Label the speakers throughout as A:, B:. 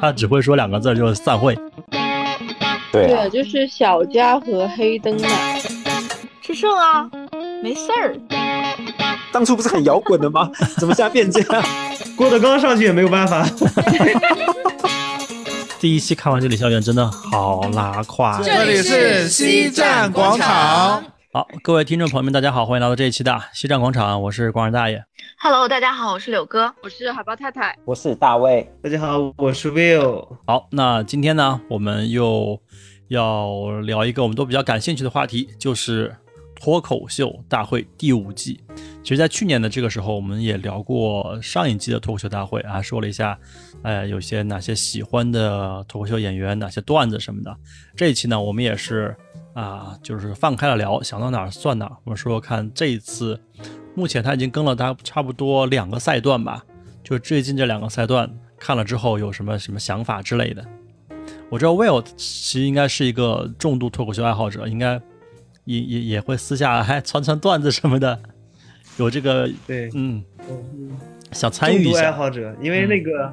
A: 他只会说两个字儿，就是散会。
B: 对啊
C: 对，就是小佳和黑灯嘛。
D: 吃剩啊，没事儿。
B: 当初不是很摇滚的吗？怎么现在变这样？
E: 郭德纲上去也没有办法。
A: 第一期看完这里校园真的好拉胯呀。
F: 这里是西站广场，
A: 好，各位听众朋友们，大家好，欢迎来到这一期的西站广场，我是广场大爷。
D: Hello，大家好，我是柳哥。
C: 我是海豹太太，
B: 我是大卫，
E: 大家好，我是 Will。
A: 好，那今天呢，我们又要聊一个我们都比较感兴趣的话题，就是脱口秀大会第五季。其实，在去年的这个时候，我们也聊过上一季的脱口秀大会啊，说了一下，呃，有些哪些喜欢的脱口秀演员，哪些段子什么的。这一期呢，我们也是啊，就是放开了聊，想到哪儿算哪儿。我们说说看，这一次目前他已经更了大差不多两个赛段吧，就最近这两个赛段看了之后有什么什么想法之类的。我知道 Will 其实应该是一个重度脱口秀爱好者，应该也也也会私下还传传段子什么的，有这个
E: 对，
A: 嗯
E: 我
A: 想参
E: 重
A: 与一
E: 度爱
A: 下。嗯
E: 好者，因为那个、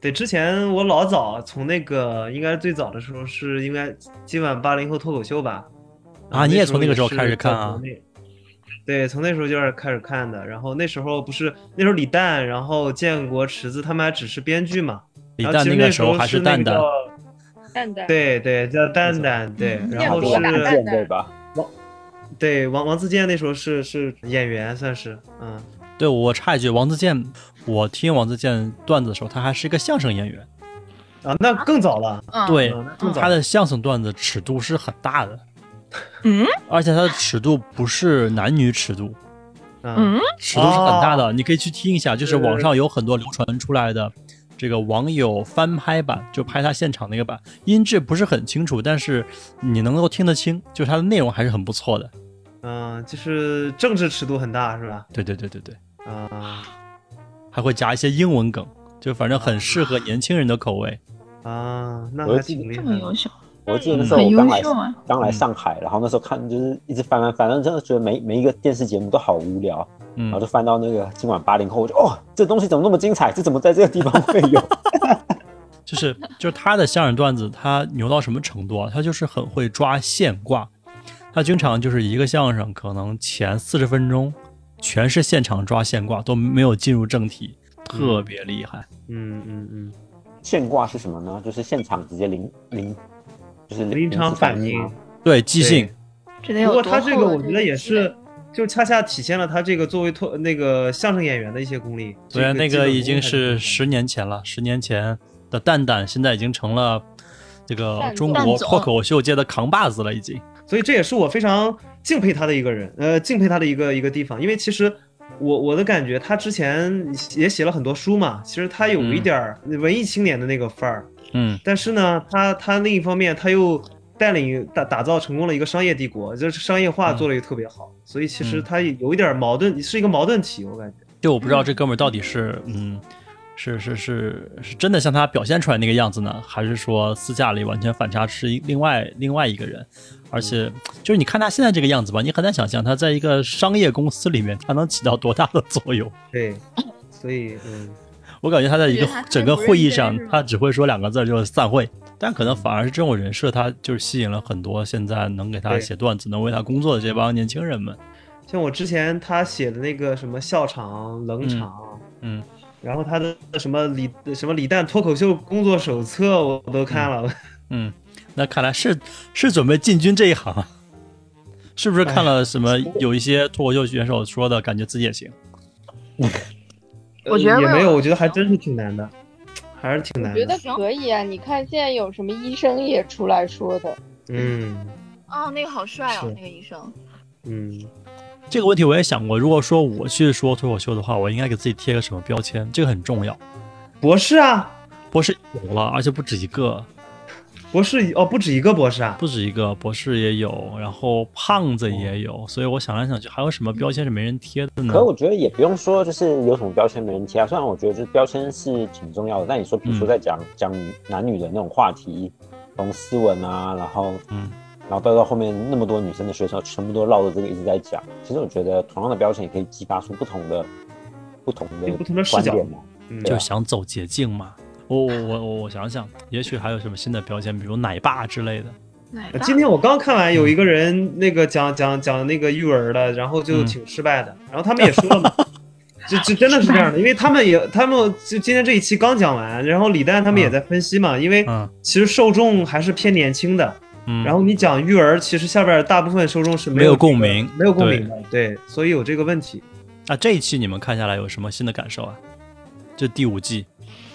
E: 对，之前我老早从那个应该最早的时候是应该今晚八零后脱口秀吧？
A: 啊你也从那个时候开始看啊？
E: 那时候也是在国内对，从那时候就是开始看的。然后那时候不是那时候李诞，然后建国、池子他们还只是编剧嘛。
A: 李
E: 然
A: 诞
E: 后其实
A: 个
E: 那
A: 时候还
E: 是
A: 是
E: 那
A: 蛋
E: 个
A: 蛋
E: 叫，
C: 蛋蛋，
E: 对对，叫蛋蛋，对，
D: 嗯
E: 然后
C: 建
E: 是
C: 国打蛋
B: 见对吧？
E: 对王王自健那时候是是演员算是，嗯，
A: 对我插一句，王自健，我听王自健段子的时候，他还是一个相声演员，
E: 啊，那更早了，
D: 嗯，
A: 对
E: 嗯那更早
A: 他的相声段子尺度是很大的，
D: 嗯
A: 而且他的尺度不是男女尺度，
E: 嗯，
D: 嗯，
A: 尺度是很大的，你可以去听一下，就是网上有很多流传出来的这个网友翻拍版，就拍他现场那个版，音质不是很清楚，但是你能够听得清，就是它的内容还是很不错的。
E: 嗯，就是政治尺度很大是吧？
A: 对对对对对，
E: 啊
A: 还会夹一些英文梗，就反正很适合年轻人的口味。
E: 啊，那
B: 我
E: 还
B: 记得
E: 挺厉
D: 嗯这
E: 害
D: 么
E: 的
D: 优。秀，
B: 我记得那时候
D: 很
B: 我
D: 优
B: 刚来
D: 秀啊。
B: 刚来上海，然后那时候看就是一直翻翻翻，然后真的觉得每每一个电视节目都好无聊，然后
A: 嗯
B: 就，翻到那个今晚八零后，我就哦，这东西怎么那么精彩？这怎么在这个地方会有？
A: 就是就是他的相声段子，他牛到什么程度啊？他就是很会抓现挂，他经常就是一个相声，可能前四十分钟全是现场抓现挂，都没有进入正题，特别厉害。
E: 嗯嗯嗯，
B: 现挂是什么呢？就是现场直接临临，就是
E: 临场反
B: 应
E: 应
B: 吗。
A: 对，啊即兴。
D: 这得
E: 不
D: 有
E: 过
D: 多
E: 他这个
D: 厚啊
E: 我觉得也是，就恰恰体现了他这个作为脱那个相声演员的一些功力。
A: 虽然
E: 这
A: 啊那
E: 基本
A: 个
E: 功
A: 已经
E: 还
A: 是
E: 挺
A: 十年前了，十年前的蛋蛋现在已经成了这个
C: 蛋
A: 中
C: 总
A: 国
D: 蛋总
A: 脱口秀界的扛把子了，已经。
E: 所以这也是我非常敬佩他的一个人，呃，敬佩他的一个一个地方，因为其实我我的感觉，他之前也写了很多书嘛，其实他有一点儿文艺青年的那个范儿，
A: 嗯，
E: 但是呢，他他另一方面他又带领打打造成功了一个商业帝国，就是商业化
A: 嗯
E: 做的也特别好，所以其实
A: 嗯
E: 他也有一点儿矛盾，是一个矛盾体，我感觉。
A: 就我不知道这哥们儿到底是嗯，是是是是真的像他表现出来那个样子呢，还是说私下里完全反差是一另外另外一个人？而
D: 嗯
A: 且就是你看他现在这个样子吧，你很难想象他在一个商业公司里面他能起到多大的作用。
E: 对，所以嗯，
A: 我感觉他在一个
D: 觉得他太
A: 整个
D: 不
A: 会议
D: 认真
A: 上
D: 是，吗
A: 他只会说两个字儿就是散会。但可能反而是这种人设，他就是吸引了很多现在能给他
E: 对
A: 写段子、能为他工作的这帮年轻人们。
E: 像我之前他写的那个什么笑场、冷
A: 嗯
E: 场。
A: 嗯，
E: 然后他的什么李什么李诞脱口秀工作手册我都看了，
A: 嗯，那看来是是准备进军这一行啊，是不是看了什么
E: 哎
A: 有一些脱口秀选手说的，感觉自己也行？
D: 我觉得
E: 呃也
D: 没有
E: 没有，我觉得还真是挺难的，还是挺难
C: 我觉
E: 的。
C: 得可以啊。你看现在有什么医生也出来说的，
E: 嗯
D: 哦，那个好帅哦
E: 是，
D: 那个医生。
E: 嗯，
A: 这个问题我也想过，如果说我去说脱口秀的话，我应该给自己贴个什么标签？这个很重要。
E: 博士啊，
A: 博士有了，而且不止一个，
E: 博士哦，不止一个博士啊。
A: 不止一个，博士也有，然后胖子也
E: 哦
A: 有，所以我想来想去，还有什么标签是没人贴
E: 嗯
A: 的呢
B: 可？我觉得也不用说，就是有什么标签没人贴啊。虽然我觉得这标签是挺重要的，但你说比如说在讲、
E: 嗯
B: 讲男女的那种话题，从斯文啊，然后
A: 嗯，
B: 然后到到后面那么多女生的学生，全部都绕着这个一直在讲。其实我觉得同样的标签也可以激发出不同的不同的
E: 有不同的视
B: 观
E: 角
B: 点嘛。
E: 嗯，
A: 就想走捷径嘛。我我我我我想想，也许还有什么新的标签，比如奶爸之类的。
D: 奶
E: 呃
D: 爸
E: 今天我刚看完有一个人那个讲讲讲那个育儿的，然后就
A: 嗯
E: 挺失败的，然后他们也说了嘛， 这这真的是这样的，因为他们也他们就今天这一期刚讲完，然后李诞他们也在分析嘛，因为
A: 嗯
E: 其实受众还是偏年轻的，
A: 嗯，
E: 然后你讲育儿，其实下边大部分受众是
A: 没有
E: 有这
A: 共
E: 个
A: 鸣
E: 没有共
A: 对
E: 鸣的，对，所以有这个问题。
A: 那这一期你们看下来有什么新的感受啊？这第五季，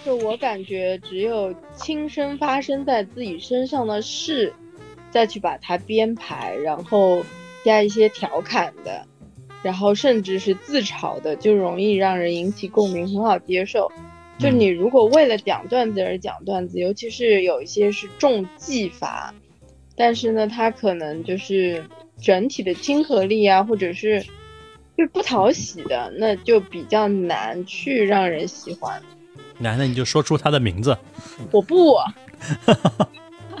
C: 就我感觉，只有亲身发生在自己身上的事，再去把它编排，然后加一些调侃的，然后甚至是自嘲的，就容易让人引起共鸣，很好接受。就
A: 嗯
C: 你如果为了讲段子而讲段子，尤其是有一些是重技法，但是呢，它可能就是整体的亲和力啊，或者是就不讨喜的，那就比较难去让人喜欢。
A: 男的你就说出他的名字，
C: 我不，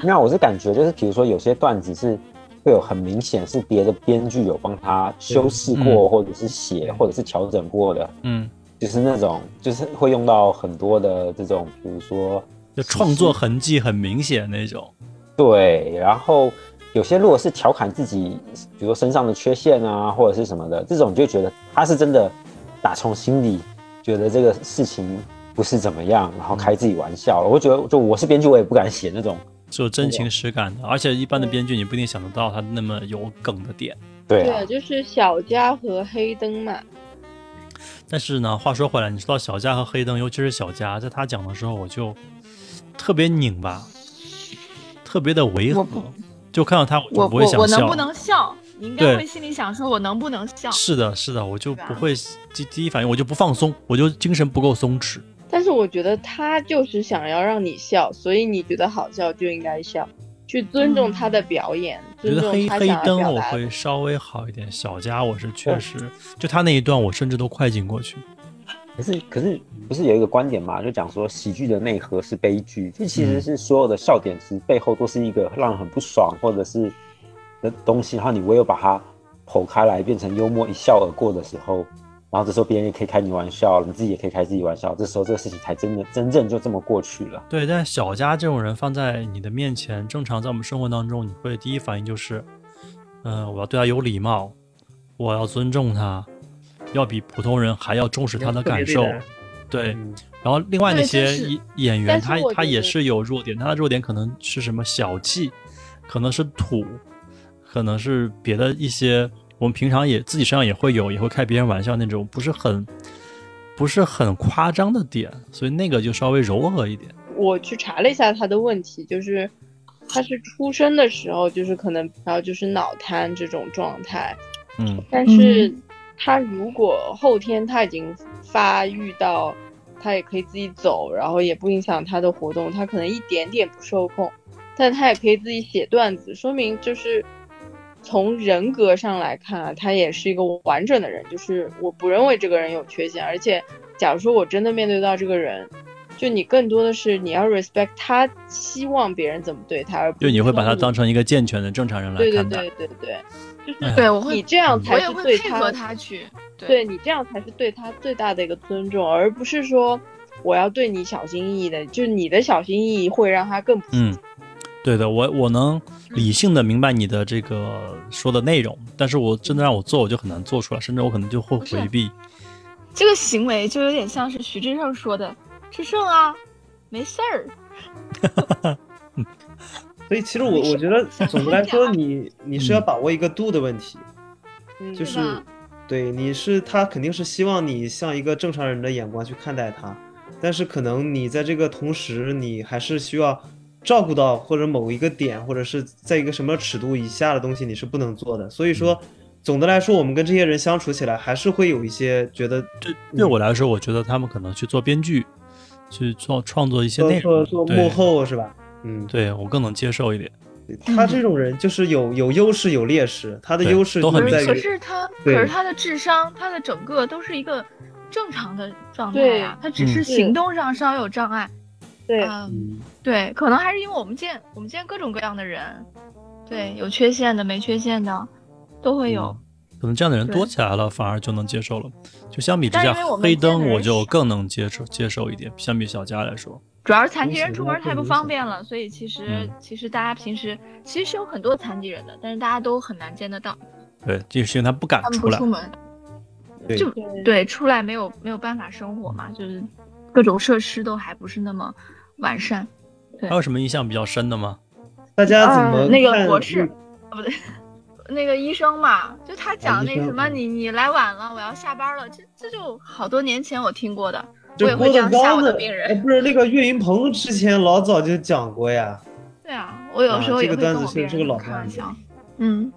B: 没有，我是感觉就是，比如说有些段子是会有很明显是别的编剧有帮他修饰
E: 嗯
B: 过，或者是写，或者是调整过的，
A: 嗯，
B: 就是那种就是会用到很多的这种，比如说
A: 就创作痕迹很明显那种。
B: 对，然后有些如果是调侃自己，比如说身上的缺陷啊，或者是什么的，这种就觉得他是真的打从心里觉得这个事情不是怎么样，然后开自己玩笑了。我觉得就我是编剧，我也不敢写那种。
A: 就真情实感的，而且一般的编剧你不一定想得到他那么有梗的点。
B: 对啊
C: 对，，就是小佳和黑灯嘛，
A: 但是呢，话说回来，你说到小佳和黑灯，尤其是小佳，在他讲的时候，我就特别拧巴，特别的违
D: 我
A: 和
D: 不，
A: 就看到他我
D: 我
A: 就不会
D: 我
A: 想
D: 我
A: 笑。
D: 能不能笑？你应
A: 对
D: 该会心里想说，我能不能笑？
A: 是的，是的，我就
D: 对啊
A: 不会第第一反应我就不放松，我就精神不够松弛。
C: 但是我觉得他就是想要让你笑，所以你觉得好笑就应该笑，去尊重他的表演，
A: 觉
C: 尊
A: 得
C: 重
A: 黑
C: 他
A: 黑
C: 想要
A: 灯
C: 表
A: 我
C: 达的。
A: 会稍微好一点，小佳我是确实，就他那一段我甚至都快进过去。
B: 可是可是不是有一个观点嘛，就讲说喜剧的内核是悲剧，这其实
A: 嗯
B: 是所有的笑点其实背后都是一个让人很不爽或者是的东西，然后你唯有把它剖开来变成幽默一笑而过的时候，然后这时候别人也可以开你玩笑，你自己也可以开自己玩笑，这时候这个事情才真的真正就这么过去了。
A: 对，但小佳这种人放在你的面前，正常在我们生活当中，你会第一反应就是，嗯、我要对他有礼貌，我要尊重他，要比普通人还要重视他的感受。对，
E: 嗯
A: 然后另外那
C: 对
A: 些
C: 但是
A: 演演员，
C: 但是
A: 他
C: 我
A: 他
C: 觉
A: 也
C: 得
A: 是有弱点，他的弱点可能是什么小气，可能是土，可能是别的一些我们平常也自己身上也会有，也会开别人玩笑那种不是很不是很夸张的点，所以那个就稍微柔和一点。
C: 我去查了一下他的问题，就是他是出生的时候就是可能，然后就是脑瘫这种状态，
A: 嗯
C: 但是
D: 嗯
C: 他如果后天他已经发育到他也可以自己走，然后也不影响他的活动，他可能一点点不受控，但他也可以自己写段子，说明就是从人格上来看啊，他也是一个完整的人。就是我不认为这个人有缺陷，而且假如说我真的面对到这个人。就你更多的是你要 respect 他，希望别人怎么对他，而不
A: 就你会把他
C: 希望
A: 当成一个健全的正常人来
C: 对对
A: 看待。
C: 对对对，
A: 哎
D: 对，我
C: 你
D: 会，
C: 这样
D: 我
C: 才
D: 也
C: 是
D: 会
C: 对
D: 配
C: 他
D: 合他去。
C: 对你这样才是对他最大的一个尊重，而不是说我要对你小心翼翼的，就是你的小心翼翼会让他更不舒
A: 嗯
C: 服。，
A: 对的，我我能理性的明白你的这个说的内容，但是我真的让我做，我就很难做出来，甚至我可能就会
D: 不是
A: 回避。
D: 这个行为就有点像是徐志胜说的：“志胜啊，没事儿。
E: 所以其实我我觉得总的来说，你你是要
A: 嗯
E: 把握一个度的问题，
C: 嗯，
E: 就
D: 对
E: 是
D: 吧
E: 对你是他肯定是希望你像一个正常人的眼光去看待他，但是可能你在这个同时，你还是需要照顾到或者某一个点，或者是在一个什么尺度以下的东西你是不能做的。所以说，
A: 嗯
E: 总的来说，我们跟这些人相处起来还是会有一些觉得
A: 对，对
D: 嗯
A: 我来说，我觉得他们可能去做编剧，去做创作一些
E: 做
A: 内容
E: 做，做
A: 对
E: 幕，后是吧？嗯，
A: 对我更能接受一点。
E: 他这种人就是有有优势有劣势，他的
A: 对
E: 优势
A: 都
E: 就
A: 很
E: 嗯是在
A: 明
D: 可
A: 显
E: 于
D: 是他，可
E: 对
D: 是他的智商，他的整个都是一个正常的状态
C: 对
D: 啊，他只是
A: 嗯
D: 行动上稍有障碍。
C: 对，
D: 嗯，对，可能还是因为我们见我们见各种各样的人，对，有缺陷的，没缺陷的，都会
E: 嗯
D: 有。
A: 可能这样的人
D: 对
A: 多起来了，反而就能接受了。就相比之
D: 但
A: 下
D: 是因为我，们
A: 黑
D: 见的
A: 灯
D: 人
A: 我就
D: 少
A: 更能接受接受一点，相比小佳来说，
D: 主要是残疾
E: 明显
D: 人出门
E: 更
D: 太不
E: 明
D: 方
E: 显
D: 便了，所以其实、
A: 嗯
D: 其实大家平时其实是有很多残疾人的，但是大家都很难见得到，
A: 对，就是因为他不敢
D: 他们
A: 出
D: 不
A: 来
D: 出。门，
E: 对
D: 就啊对出来没有没有办法生活嘛，就是各种设施都还不是那么完善。
A: 还有什么印象比较深的吗？
E: 大家怎么
D: 嗯那
E: 看
D: 个博士
E: 路？
D: 啊不对，那个医生嘛，就他
E: 啊
D: 讲
E: 医
D: 那什
E: 生
D: 么，
E: 嗯
D: 你你来晚了，我要下班了，这这就好多年前我听过的，我
E: 就
D: 也
E: 郭
D: 会这
E: 德
D: 样吓
E: 纲
D: 我的
E: 的
D: 病，
E: 哎，
D: 人。
E: 不是那个岳云鹏之前老早就讲过呀。
D: 对啊，我有
E: 啊
D: 时候
E: 这
D: 也
E: 个
D: 会
E: 段
D: 跟
E: 子
D: 我
E: 是
D: 病
E: 这个
D: 人
E: 老
D: 开
E: 段
D: 玩
E: 子
D: 笑。嗯，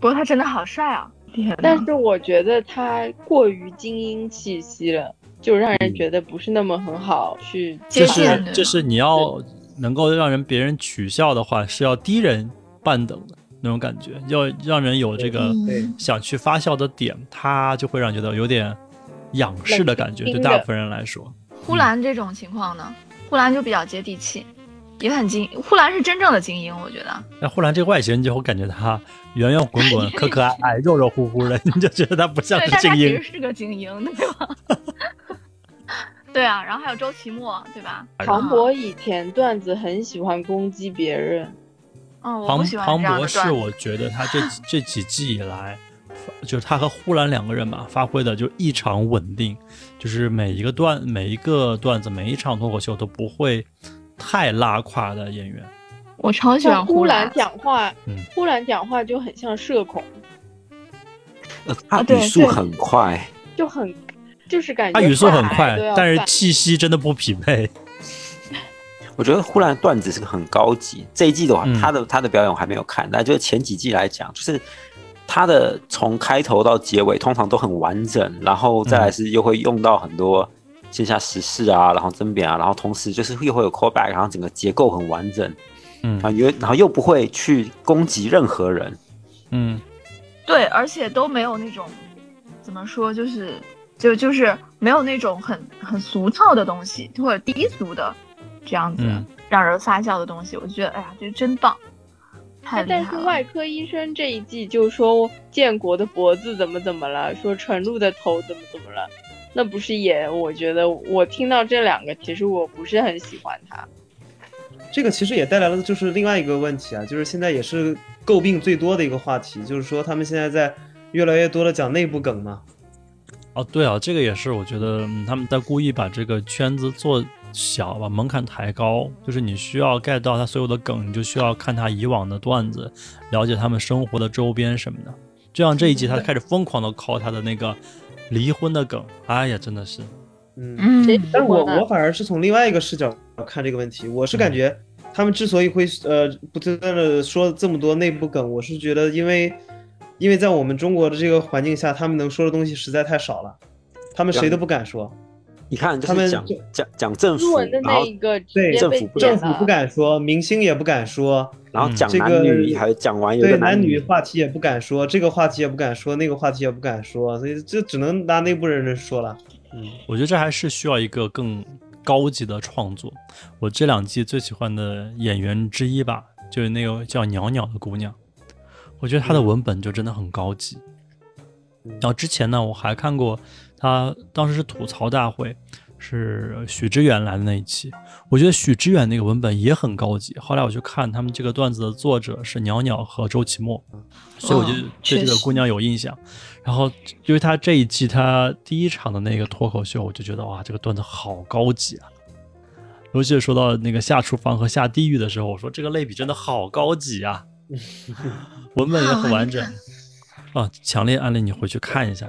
D: 不过他真的好帅啊！天呐
C: 但是我觉得他过于精英气息了，就让人觉得不是那么很好去
D: 接
A: 嗯就
D: 近
C: 看
A: 是
D: 的
A: 就是你要能够让人别人取笑的话，是要低人半等的那种感觉，要让人有这个
E: 对
D: 嗯
A: 想去发笑的点，他就会让人觉得有点仰视的感觉。
C: 冷
A: 对
C: 冰冰
A: 大
C: 的
A: 部分人来说，
D: 呼兰这种情况呢，呼兰就比较接地气，也很精。呼兰是真正的精英，我觉得。
A: 那忽然这个外形，你就会感觉他圆圆滚 滚、可可爱爱、肉肉乎乎的，你就觉得他不像
D: 对，
A: 是
D: 但
A: 精
D: 他其
A: 英
D: 实。是个精英，对吧？ 对啊，然后还有周奇墨，对吧？
C: 庞博以前段子很喜欢攻击别人，
D: 嗯，我
A: 庞
D: 不喜欢
A: 庞
D: 这样
A: 博
D: 的
A: 是
D: 段子。
A: 我觉得他这 几这几季以来，就是他和呼兰两个人嘛，发挥的就异常稳定，就是每一个段每一个段子每一场脱口秀都不会太拉胯的演员。
D: 我超喜
C: 像哦
D: 欢
C: 呼
D: 兰
C: 兰，讲话
A: 嗯，
C: 呼兰讲话就很像社恐，
B: 呃他
D: 啊对
B: 语速很快，
C: 就很就是感觉
A: 他语速很
C: 大海
A: 快
C: 都要，
A: 但是
C: 泛
A: 气息真的不匹配。
B: 我觉得忽然段子是个很高级。这一季的话，
A: 嗯
B: 他的他的表演我还没有看，但就是前几季来讲，就是他的从开头到结尾通常都很完整，然后再来是又会用到很多线下时事啊，然后争辩啊，然后同时就是又会有 callback，然后整个结构很完整，
A: 嗯
B: 然后又然后又不会去攻击任何人。
A: 嗯，
D: 对，而且都没有那种怎么说，就是就就是没有那种很很俗套的东西，或者低俗的这样子、
A: 嗯
D: 让人发笑的东西，我就觉得哎呀，这真棒，太
C: 哎
D: 厉害
C: 但
D: 了。
C: 是外科医生这一季就说建国的脖子怎么怎么了，说纯露的头怎么怎么了，那不是也？我觉得我听到这两个，其实我不是很喜欢他。
E: 这个其实也带来了就是另外一个问题啊，就是现在也是诟病最多的一个话题，就是说他们现在在越来越多的讲内部梗嘛，
A: 哦对啊，这个也是，我觉得、嗯他们在故意把这个圈子做小，把门槛抬高，就是你需要 get 到他所有的梗，你就需要看他以往的段子，了解他们生活的周边什么的。就像这一集，他开始疯狂的 call 他的那个离婚的梗，哎呀，真的是，
E: 嗯，
D: 嗯，
C: 谁
E: 但是我
C: 我呢
E: 我反而是从另外一个视角看这个问题，我是
D: 嗯
E: 感觉他们之所以会呃不断的说这么多内部梗，我是觉得因为因为在我们中国的这个环境下，他们能说的东西实在太少了，他们谁都不敢说，
B: 你看，就
E: 他们
B: 是讲
E: 就
B: 讲讲政
C: 朱
B: 府，
C: 文的
B: 然
C: 那
B: 后
C: 一个直
E: 对
C: 接
B: 政
C: 被
B: 府不
C: 剪
E: 政府
C: 了
E: 不敢说，明星也不说，
B: 然后
A: 嗯
B: 讲
E: 这
B: 男
E: 个
B: 女，还有讲完有一
E: 对
B: 个
E: 男
B: 女
E: 话题也不敢说，这个话题也不敢说，那个话题也不敢说，所以这只能拿内部人来说了。嗯，
A: 我觉得这还是需要一个更高级的创作。我这两季最喜欢的演员之一吧，就是那个叫袅袅的姑娘，我觉得她的文本就真的很高级。然后之前呢，我还看过她当时是吐槽大会，是许知远来的那一期，我觉得许知远那个文本也很高级。后来我去看他们这个段子的作者是袅袅和周奇墨，啊所以我就
D: 嗯
A: 对这
D: 确
A: 个
D: 实
A: 姑娘有印象。然后因为她这一季她第一场的那个脱口秀，我就觉得哇，这个段子好高级啊！尤其是说到那个下厨房和下地狱的时候，我说这个类比真的好高级 啊，文本也很完整啊，强烈安利你回去看一下。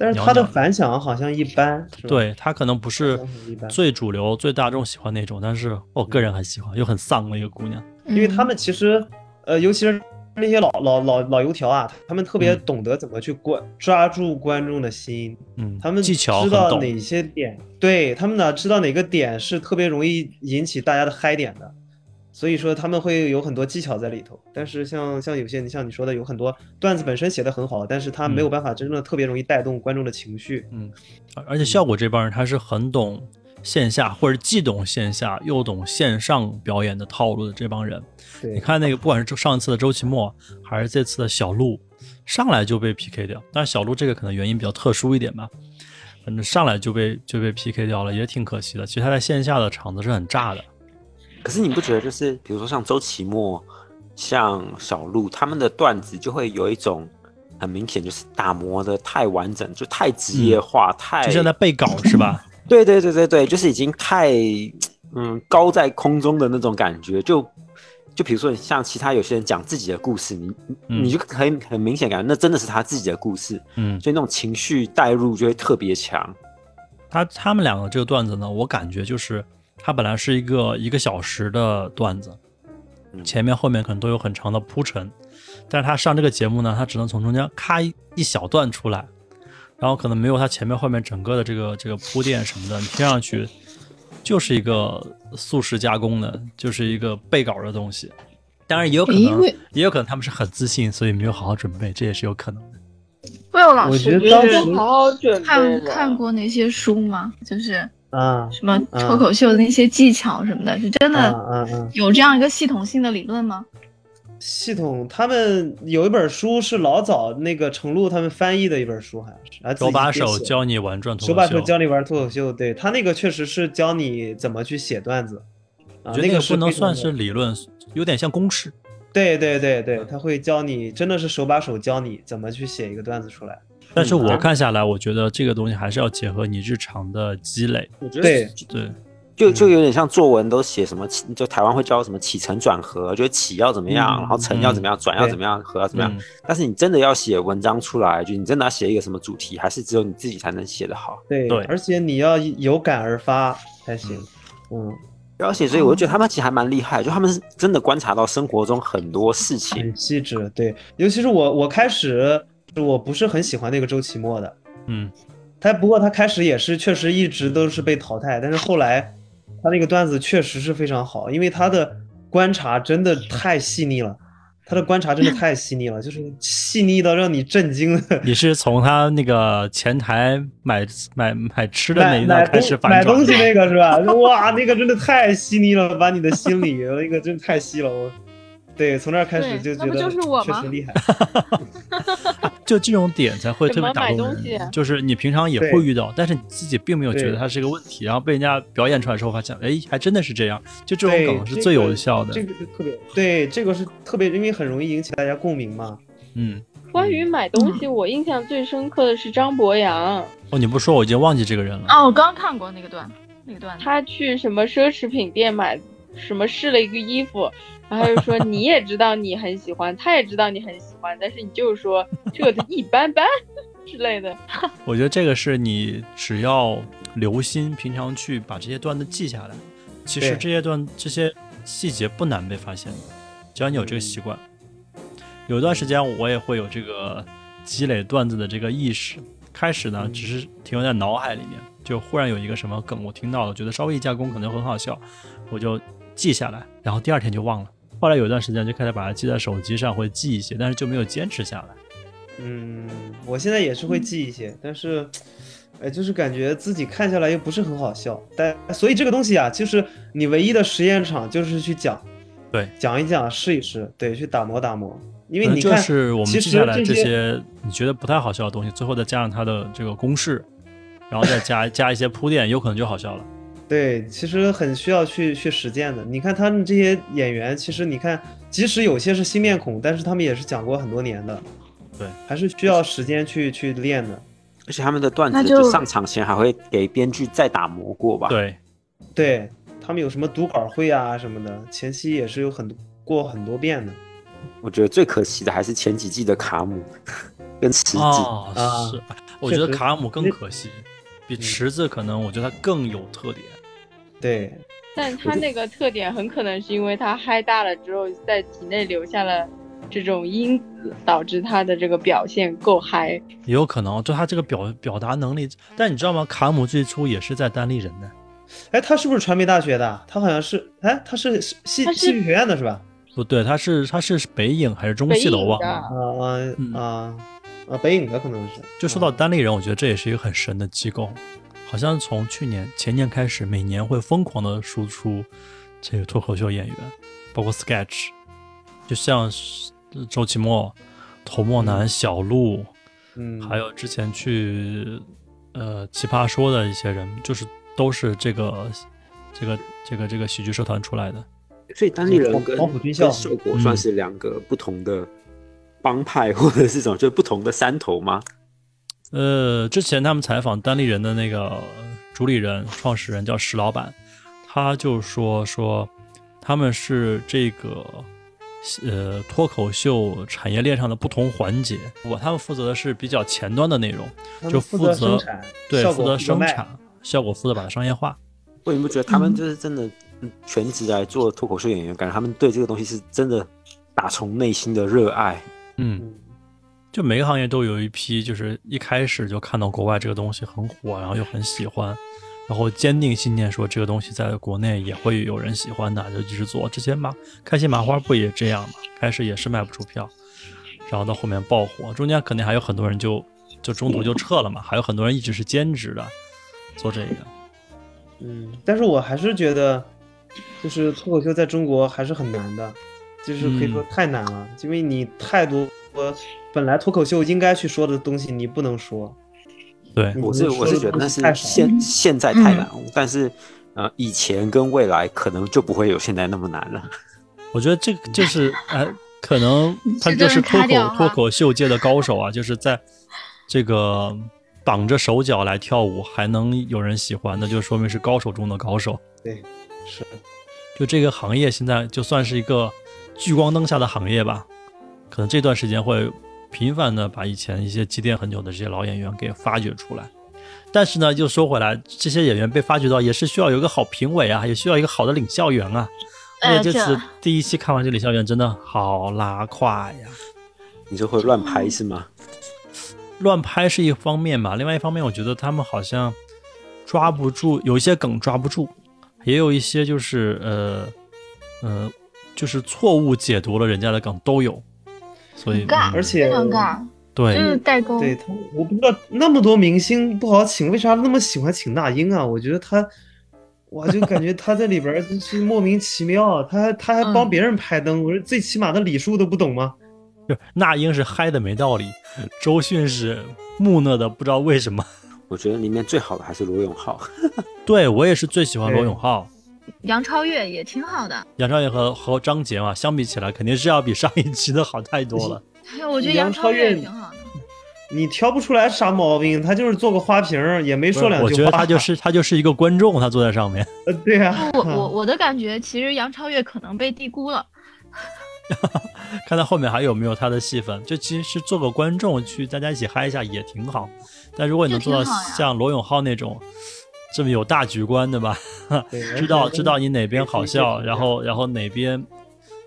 E: 但是他的反响好像一般，是吧，
A: 对它可能不是
E: 好像很一般
A: 最主流、最大众喜欢那种，但是我个人很喜欢，又很丧的一个姑娘。
E: 因为他们其实，呃，尤其是那些老老老老油条啊，他们特别
A: 嗯
E: 懂得怎么去关抓住观众的心，
A: 嗯，
E: 他们
A: 技巧很
E: 知道
A: 懂，
E: 哪些点，对他们呢知道哪个点是特别容易引起大家的嗨点的，所以说他们会有很多技巧在里头。但是像像有些你像你说的，有很多段子本身写的很好，但是他
A: 嗯
E: 没有办法真正的特别容易带动观众的情绪。
A: 而而且效果这帮人他是很懂线下，或者既懂线下又懂线上表演的套路的这帮人。你
E: 对，
A: 看那个，不管是周上次的周奇墨，还是这次的小鹿，上来就被 PK 掉。但是小鹿这个可能原因比较特殊一点吧。反正上来就被就被 PK 掉了，也挺可惜的。其实他在线下的场子是很炸的，
B: 可是你不觉得就是，比如说像周奇墨、像小鹿他们的段子，就会有一种很明显就是打磨的太完整，就太职业化，太
A: 嗯就像在背稿是吧？
B: 对对对对对，就是已经太嗯高在空中的那种感觉。就就比如说你像其他有些人讲自己的故事，你
A: 嗯
B: 你你就很很明显感觉那真的是他自己的故事，
A: 嗯，
B: 所以那种情绪带入就会特别强。
A: 他他们两个这个段子呢，我感觉就是他本来是一个一个小时的段子，
B: 嗯
A: 前面后面可能都有很长的铺陈，但是他上这个节目呢，他只能从中间咔一一小段出来，然后可能没有他前面后面整个的这个这个铺垫什么的，你听上去就是一个速食加工的，就是一个背稿的东西。当然也有可
C: 因
A: 能
C: 为，
A: 也有可能他们是很自信，所以没有好好准备，这也是有可能的。
D: Will 老
E: 我
D: 师，
E: 觉得
D: 你
E: 当
D: 是
E: 时
C: 好好准备
D: 看
C: 了
D: 看过那些书吗？就是
E: 啊
D: 什么
E: 嗯
D: 脱口秀的那些技巧什么的，是真
E: 啊
D: 的
E: 啊啊！
D: 有这样一个系统性的理论吗？
E: 系统他们有一本书是老早那个程璐他们翻译的一本书，好像是啊，自己
A: 手把
E: 自己
A: 手
E: 写
A: 教你玩转脱
E: 手
A: 口
E: 把手教
A: 秀，
E: 你玩脱口秀，对他那个确实是教你怎么去写段子，
A: 我，
E: 啊
A: 觉得那
E: 个
A: 个
E: 是
A: 不能
E: 非
A: 算
E: 常的
A: 是理论，有点像公式。
E: 对对对对，他会教你，真的是手把手教你怎么去写一个段子出来。
A: 但是我
B: 嗯
A: 看下来，我觉得这个东西还是要结合你日常的积累。
B: 我觉
E: 对
A: 对，
B: 就就有点像作文都写什么起，就台湾会教什么起承转合，就是起要怎么样，
E: 嗯
B: 然后承要怎么样，转要
E: 对啊
B: 怎么样，合要怎么样。
A: 嗯，
B: 但是你真的要写文章出来，就你真的要写一个什么主题，还是只有你自己才能写得好。
E: 对，
A: 对
E: 而且你要有感而发才行。嗯，
B: 要写，所以我就觉得他们其实还蛮厉害，就他们是真的观察到生活中很多事情。
E: 很细致。对，尤其是我，我开始我不是很喜欢那个周奇墨的，
A: 嗯，
E: 他不过他开始也是确实一直都是被淘汰，但是后来他那个段子确实是非常好，因为他的观察真的太细腻了。他的观察真的太细腻了，就是细腻到让你震惊的。
A: 你是从他那个前台买买买吃的那
E: 买
A: 一
E: 买
A: 段
E: 东
A: 开始
E: 买
A: 反转
E: 东西
A: 的。
E: 那个是吧？ 哇，那个真的太细腻了，把你的心理那个真的太细了。我，对，从那儿开始
D: 对那
E: 就觉
D: 不
E: 得
D: 就是我
E: 确
D: 吗
E: 实厉害。
A: 就这种点才会特
C: 怎
A: 别
C: 么
A: 打
C: 买
A: 动
C: 东西
A: 人。就是你平常也
E: 对
A: 会遇到，但是你自己并没有觉得
E: 对
A: 它是一个问题，然后被人家表演出来之后发现，哎，还真的是这样。就这种
E: 对
A: 梗是
E: 这
A: 最有
E: 个
A: 效的。
E: 这个是特别对，这个是特别，因为很容易引起大家共鸣嘛。
A: 嗯，
C: 关于买东西，我印象最深刻的是张博洋，
A: 哦，你不说我已经忘记这个人了。
D: 啊，我刚看过那个段，那个段子，
C: 他去什么奢侈品店买，什么试了一个衣服，然后他就说你也知道你很喜欢，他也知道你很喜欢，但是你就是说这个一般 般之类的。
A: 我觉得这个是你只要留心，平常去把这些段子记下来，其实
E: 对
A: 这些段这些细节不难被发现的，只要你有这个习惯。有一段时间我也会有这个积累段子的这个意识，开始呢
E: 嗯
A: 只是停留在脑海里面，就忽然有一个什么梗我听到了，觉得稍微一加工可能很好笑，我就记下来，然后第二天就忘了。后来有一段时间就开始把它记在手机上，会记一些，但是就没有坚持下来。
E: 嗯，我现在也是
D: 嗯
E: 会记一些，但是，哎，就是感觉自己看下来又不是很好笑。但所以这个东西啊，就是你唯一的实验场就是去讲，
A: 对，
E: 讲一讲，试一试，对，去打磨打磨。因为
A: 可能
E: 你
A: 就
E: 看，
A: 呃是我们
E: 其
A: 接下
E: 实
A: 来
E: 这
A: 这
E: 些
A: 些你觉得不太好笑的东西，最后再加上它的这个公式，然后再 加加一些铺垫，有可能就好笑了。
E: 对，其实很需要去去实践的。你看他们这些演员，其实你看，即使有些是新面孔，但是他们也是讲过很多年的，
A: 对，
E: 还是需要时间去去练的。
B: 而且他们的段子
D: 那就
B: 就上场前还会给编剧再打磨过吧？，
A: 对，
E: 对他们有什么读稿会啊什么的，前期也是有很多过很多遍的。
B: 我觉得最可惜的还是前几季的卡姆 跟池子。
A: 哦，
E: 啊
A: 是，我觉得
E: 确实嗯
A: 卡姆更可惜，比池子可能我觉得它更有特点。
E: 对，
C: 但他那个特点很可能是因为他嗨大了之后，在体内留下了这种因子，导致他的这个表现够嗨。
A: 也有可能，就他这个表表达能力，但你知道吗？卡姆最初也是在单立人的，
E: 哎，他是不是传媒大学的？他好像是，哎，他是戏戏
C: 他是
E: 戏剧学院的是吧？
A: 不对，他是他是北影还是中
C: 北
A: 戏
C: 影
A: 的，我忘
C: 的
A: 了。
E: 啊啊
A: 嗯
E: 啊啊！北影的可能是。
A: 就说到单立人，我觉得这也是一个很神的机构，好像从去年前年开始，每年会疯狂的输出这个脱口秀演员，包括 sketch，就像是周奇墨、童墨南、小鹿，
E: 嗯，
A: 还有之前去呃奇葩说的一些人，就是都是这个这个这个这个喜剧社团出来的。
B: 所以单立人跟
E: 黄埔军校嗯
B: 跟效果算是两个不同的帮派，或者是什么，就是不同的山头吗？
A: 呃，之前他们采访单立人的那个主理人、创始人叫石老板，他就说说他们是这个呃脱口秀产业链上的不同环节，我他们负责的是比较前端的内容，
E: 他们
A: 就
E: 负
A: 负责
E: 生产，
A: 对，
E: 效
A: 负
E: 果
A: 责生
E: 卖
A: 产，效果负责把它商业化。
B: 我你不觉得他们就是真的嗯全职来做脱口秀演员，感觉他们对这个东西是真的打从内心的热爱。
A: 嗯，
E: 嗯
A: 就每个行业都有一批，就是一开始就看到国外这个东西很火，然后又很喜欢，然后坚定信念说这个东西在国内也会有人喜欢的，就一直做。之前麻开心麻花不也这样吗？开始也是卖不出票，然后到后面爆火，中间肯定还有很多人就就中途就撤了嘛，还有很多人一直是兼职的做这个。
E: 嗯，但是我还是觉得，就是脱口秀在中国还是很难的，就是可以说
A: 嗯
E: 太难了，因为你太多本来脱口秀应该去说的东西你不能说。
A: 对，
E: 你
B: 我是
E: 嗯你说
B: 我是
E: 的
B: 觉得
E: 东
B: 那
E: 西
B: 是
E: 太少嗯
B: 现现在太难，但是呃以前跟未来可能就不会有现在那么难了。
A: 我觉得这个就是哎，可能他就
D: 这真
A: 是
D: 是
A: 脱
D: 卡掉啊
A: 口
D: 了
A: 脱口秀界的高手啊，就是在这个绑着手脚来跳舞还能有人喜欢的，就说明是高手中的高手。
E: 对，是，
A: 就这个行业现在就算是一个聚光灯下的行业吧，可能这段时间会频繁的把以前一些积淀很久的这些老演员给发掘出来。但是呢，又说回来，这些演员被发掘到也是需要有一个好评委啊，也需要一个好的领笑员啊。
D: 哎
A: 而且这
D: 这
A: 次第一期看完这领笑员真的好拉胯呀！
B: 你就会乱
E: 嗯
B: 拍是吗？
A: 乱拍是一方面吧，另外一方面，我觉得他们好像抓不住，有一些梗抓不住，也有一些就是呃呃，就是错误解读了人家的梗都有，所以
D: 很尬
A: 嗯
E: 而且
D: 非常尬，嗯就
A: 对
D: 是代沟。
E: 对他，我不知道那么多明星不好请，为啥那么喜欢请那英啊？我觉得他，我就感觉他在里边儿就是莫名其妙，啊他还他还帮
D: 嗯
E: 别人拍灯，我说最起码的礼数都不懂吗？
A: 就是 那英是嗨的没道理，周迅是木讷的不知道为什么。
B: 我觉得里面最好的还是罗永浩，
A: 对我也是最喜欢罗
E: 对
A: 永浩，
D: 杨超越也挺好的，
A: 杨超越和和张杰嘛，相比起来肯定是要比上一期的好太多了。
D: 哎我觉得
E: 杨
D: 杨
E: 超
D: 超越
E: 越
D: 也挺好的。
E: 你挑不出来啥毛病，他就是做个花瓶儿，也没
A: 不是
E: 说两句
A: 我觉得
E: 话。
A: 他就是他就是一个观众，他坐在上面。
E: 呃，对 啊，
A: 嗯
D: 我我我的感觉，其实杨超越可能被低估了。
A: 看他后面还有没有他的戏份。就其实做个观众去大家一起嗨一下也挺好，但如果你能做到
D: 就挺好呀
A: 像罗永浩那种这么有大局观，对吧？
E: 对
A: 知道知道你哪边
E: 可以
A: 好
E: 理解
A: 笑，然
E: 成这样
A: 后然后哪边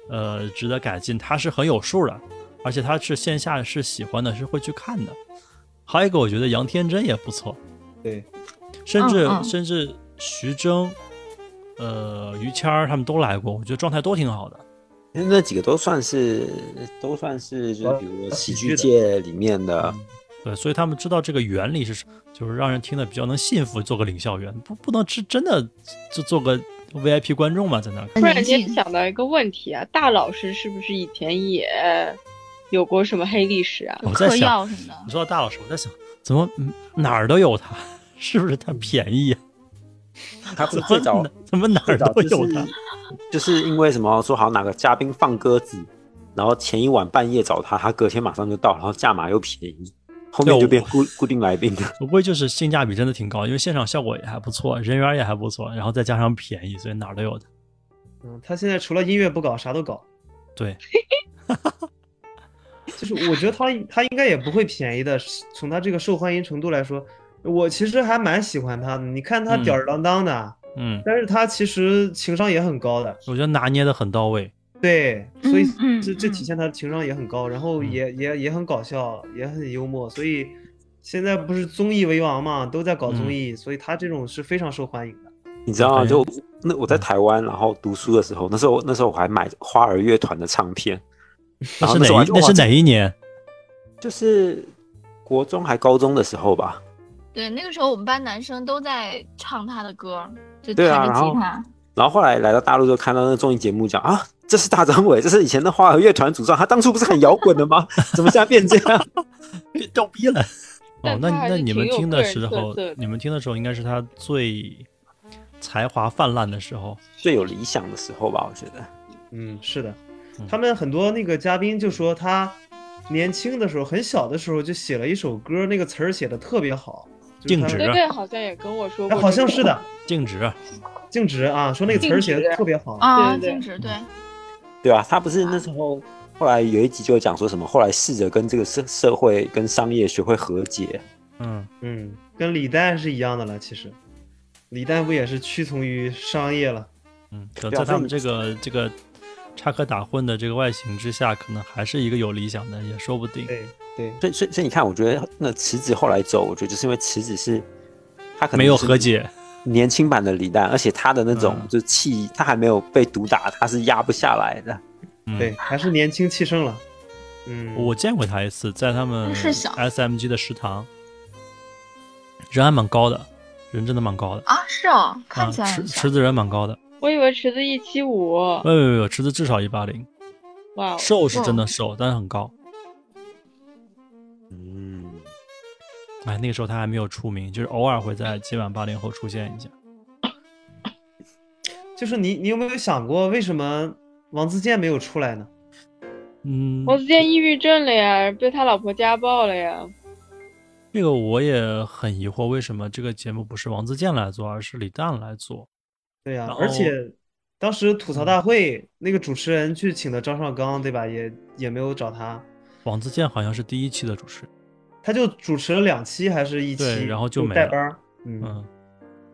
A: 呃值得改进，他是很有数的，而且他是线下是喜欢的，是会去看的。还有一个，我觉得杨天真也不错，
E: 对，
A: 甚至、
D: 嗯嗯
A: 甚至徐峥、呃于谦儿他们都来过，我觉得状态都挺好的。
B: 因为那几个都算是都算是就是
E: 呃
B: 比如说喜剧界里面
E: 嗯
B: 的，
A: 对，所以他们知道这个原理是什么，就是让人听得比较能信服，做个领笑员，不不能是真的就做个 VIP 观众嘛，在那儿。
D: 很
C: 突然
D: 年
C: 间
D: 轻，
C: 想到一个问题啊，大老师是不是以前也有过什么黑历史啊？
A: 哦我在
D: 嗑
A: 想，
D: 药什么的。
A: 你说到大老师，我在想，怎么嗯哪儿都有他，是不是他便宜呀、啊
B: 他不
A: 怎
B: 是最早
A: 么哪怎么哪
B: 最
A: 儿
B: 早
A: 都
B: 就
A: 有
B: 是
A: 他？
B: 就是因为什么说好哪个嘉宾放鸽子，然后前一晚半夜找他，他隔天马上就到，然后价码又便宜，后面就变固固定来宾了。
A: 无非就是性价比真的挺高，因为现场效果也还不错，人缘也还不错，然后再加上便宜，所以哪儿都有他。
E: 嗯，他现在除了音乐不搞，啥都搞。
A: 对，
E: 就是我觉得他他应该也不会便宜的，从他这个受欢迎程度来说，我其实还蛮喜欢他的。你看他
A: 嗯
E: 吊儿郎当的，啊
A: 嗯，
E: 但是他其实情商也很高的，
A: 我觉得拿捏的很到位。
E: 对，所以
D: 嗯嗯
E: 这这体
D: 嗯
E: 现他情商也很高，然后
A: 嗯
E: 也也也很搞笑，也很幽默，所以现在不是综艺为王嘛，都在搞
A: 嗯
E: 综艺，所以他这种是非常受欢迎的。
B: 你知道吗？
A: 对
B: 就那我在台湾，然后读书的时候，那时候那时候我还买花儿乐团的唱片，
A: 那
B: 然后
A: 是
B: 那
A: 哪
B: 时候我
A: 一
B: 就
A: 那是
B: 哇
A: 哪一年？
B: 就是国中还高中的时候吧。
D: 对，那个时候我们班男生都在唱他的歌，就弹
B: 对啊
D: 着
B: 然后
D: 吉他。
B: 然后后来来到大陆就看到那综艺节目讲啊，这是大张伟，这是以前的 花儿乐团主唱，他当初不是很摇滚的吗？怎么现在变这样？
A: 别逗逼了。哦
C: 但，
A: 那
C: 他还
A: 那
C: 是
A: 你们
C: 挺有
A: 听
C: 个
A: 的
C: 人
A: 时
C: 特
A: 候
C: 色的，
A: 你们听的时候应该是他最才华泛滥的时候。
B: 最有理想的时候吧，我觉得。
E: 嗯，是的
A: 嗯，
E: 他们很多那个嘉宾就说他年轻的时候，很小的时候就写了一首歌，那个词儿写的特别好，就是他
A: 静
C: 对
A: 止
C: 对，好像也跟我说
E: 哎，
C: 过，
E: 好像是的，，
A: 静止，
E: 静止啊，说那个词儿写的特别好，
D: 啊，
C: 对对
D: 静止对，
B: 对啊，他不是那时候后来有一集就讲说什么，后来试着跟这个社社会跟商业学会和解。
A: 嗯，
E: 嗯，跟李诞是一样的了。其实，李诞不也是屈从于商业了？
A: 嗯，可能
B: 对啊
A: 在他
B: 所
A: 们
B: 以
A: 这个这个插科打诨的这个外形之下，可能还是一个有理想的，也说不定。
E: 对对，
B: 所以所以所以你看，我觉得那池子后来走，我觉得就是因为池子是他可能
A: 没有
B: 是
A: 和解，
B: 年轻版的李诞，而且他的那种
A: 嗯
B: 就气，他还没有被毒打，他是压不下来的。
A: 嗯
E: 对，，还是年轻气盛了。嗯，
A: 我见过他一次，在他们
D: 是小
A: SMG 的食堂，人还蛮高的，人真的蛮高的，
D: 啊，是哦，看起来
A: 啊、池
D: 很像
A: 池子人蛮高的，
C: 我以为池子一七五，
E: 呃
A: 不不不，池子至少一八零，
C: 哇，哦
A: 瘦是真的瘦，但是很高。
B: 嗯，
A: 哎，那个时候他还没有出名，就是偶尔会在今晚八零后出现一下。
E: 就是你，你有没有想过为什么王自健没有出来呢？
A: 嗯，
C: 王自健抑郁症了呀，被他老婆家暴了呀，
A: 这个我也很疑惑，为什么这个节目不是王自健来做，而是李诞来做？
E: 对呀、
A: 然
E: 而
A: 后嗯
E: 且当时吐槽大会那个主持人去请的张绍刚，对吧？也也没有找他，
A: 王自健好像是第一期的主持人，
E: 他就主持了两期还是一
A: 对
E: 期，
A: 然后就
E: 就
A: 没
E: 带
A: 了
E: 班儿。嗯，
A: 嗯，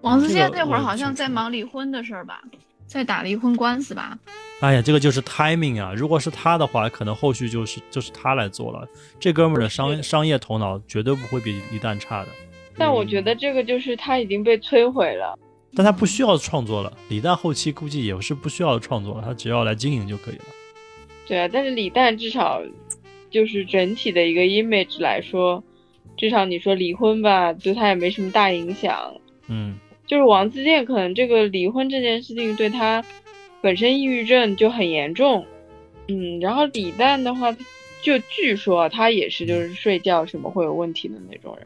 D: 王自健
A: 这个
D: 那会儿
A: 我
D: 好像
A: 清
D: 在
A: 楚
D: 忙离婚的事儿吧，在打离婚官司吧。
A: 哎呀，这个就是 timing 啊！如果是他的话，可能后续就是就是他来做了。这哥们儿的商商业头脑绝对不会比李诞差的，
C: 但我觉得这个就是他已经被摧毁了，
A: 但他不需要创作了。李诞后期估计也是不需要创作了，他只要来经营就可以了。
C: 对啊，但是李诞至少就是整体的一个 image 来说，至少你说离婚吧，对他也没什么大影响，
A: 嗯，
C: 就是王自健可能这个离婚这件事情对他本身抑郁症就很严重，嗯，然后李诞的话，就据说啊他也是就是睡觉什么会有问题的那种人，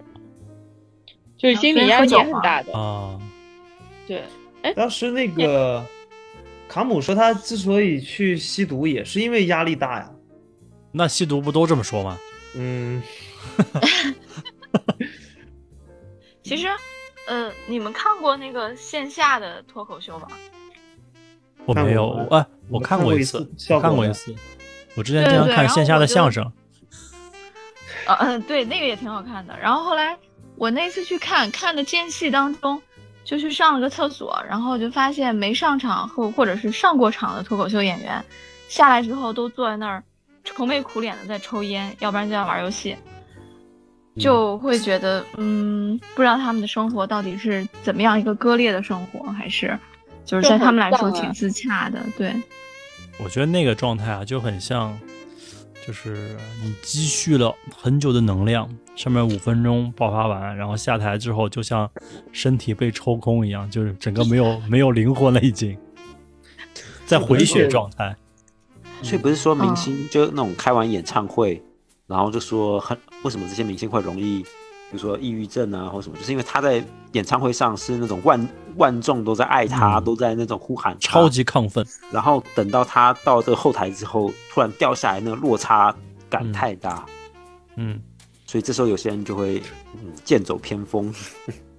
C: 就是心理压力也很大的，
A: 啊，
C: 对，
E: 当时那个卡姆说他之所以去吸毒，也是因为压力大呀。
A: 那吸毒不都这么说吗？
E: 嗯，
D: 其实，呃，你们看过那个线下的脱口秀吗？
A: 我没有，
E: 看过
A: 哎，我
E: 我
A: 看
E: 看过
A: 一
E: 一
A: 次
E: 次，效
A: 我看
E: 果
A: 过一
E: 的
A: 次。我之前
D: 对
A: 经常
D: 对
A: 看
D: 然后
A: 线下
D: 我
A: 的
D: 就
A: 相声，
D: 呃，嗯，对，那个也挺好看的。然后后来我那次去看，看的间隙当中，就去上了个厕所，然后就发现没上场或或者是上过场的脱口秀演员，下来之后都坐在那儿愁眉苦脸的在抽烟，要不然就在玩游戏，就会觉得嗯，不知道他们的生活到底是怎么样一个割裂的生活，还是就是
C: 就
D: 在他
C: 很
D: 们来说
C: 丧啊
D: 挺自洽的，对。
A: 我觉得那个状态啊，就很像，就是你积蓄了很久的能量，上面五分钟爆发完，然后下台之后，就像身体被抽空一样，就是整个没有没有灵魂了，已 经在回血状态。
B: 所以不是说明
A: 嗯
D: 哦
B: 星就那种开完演唱会，然后就说很为什么这些明星会容易，比如说抑郁症啊或什么，就是因为他在演唱会上是那种万万众都在爱他，
A: 嗯
B: 都在那种呼喊他
A: 超，级亢奋，
B: 然后等到他到这个后台之后，突然掉下来，那个落差感
A: 嗯
B: 太大，
A: 嗯，
B: 所以这时候有些人就会嗯剑走偏锋。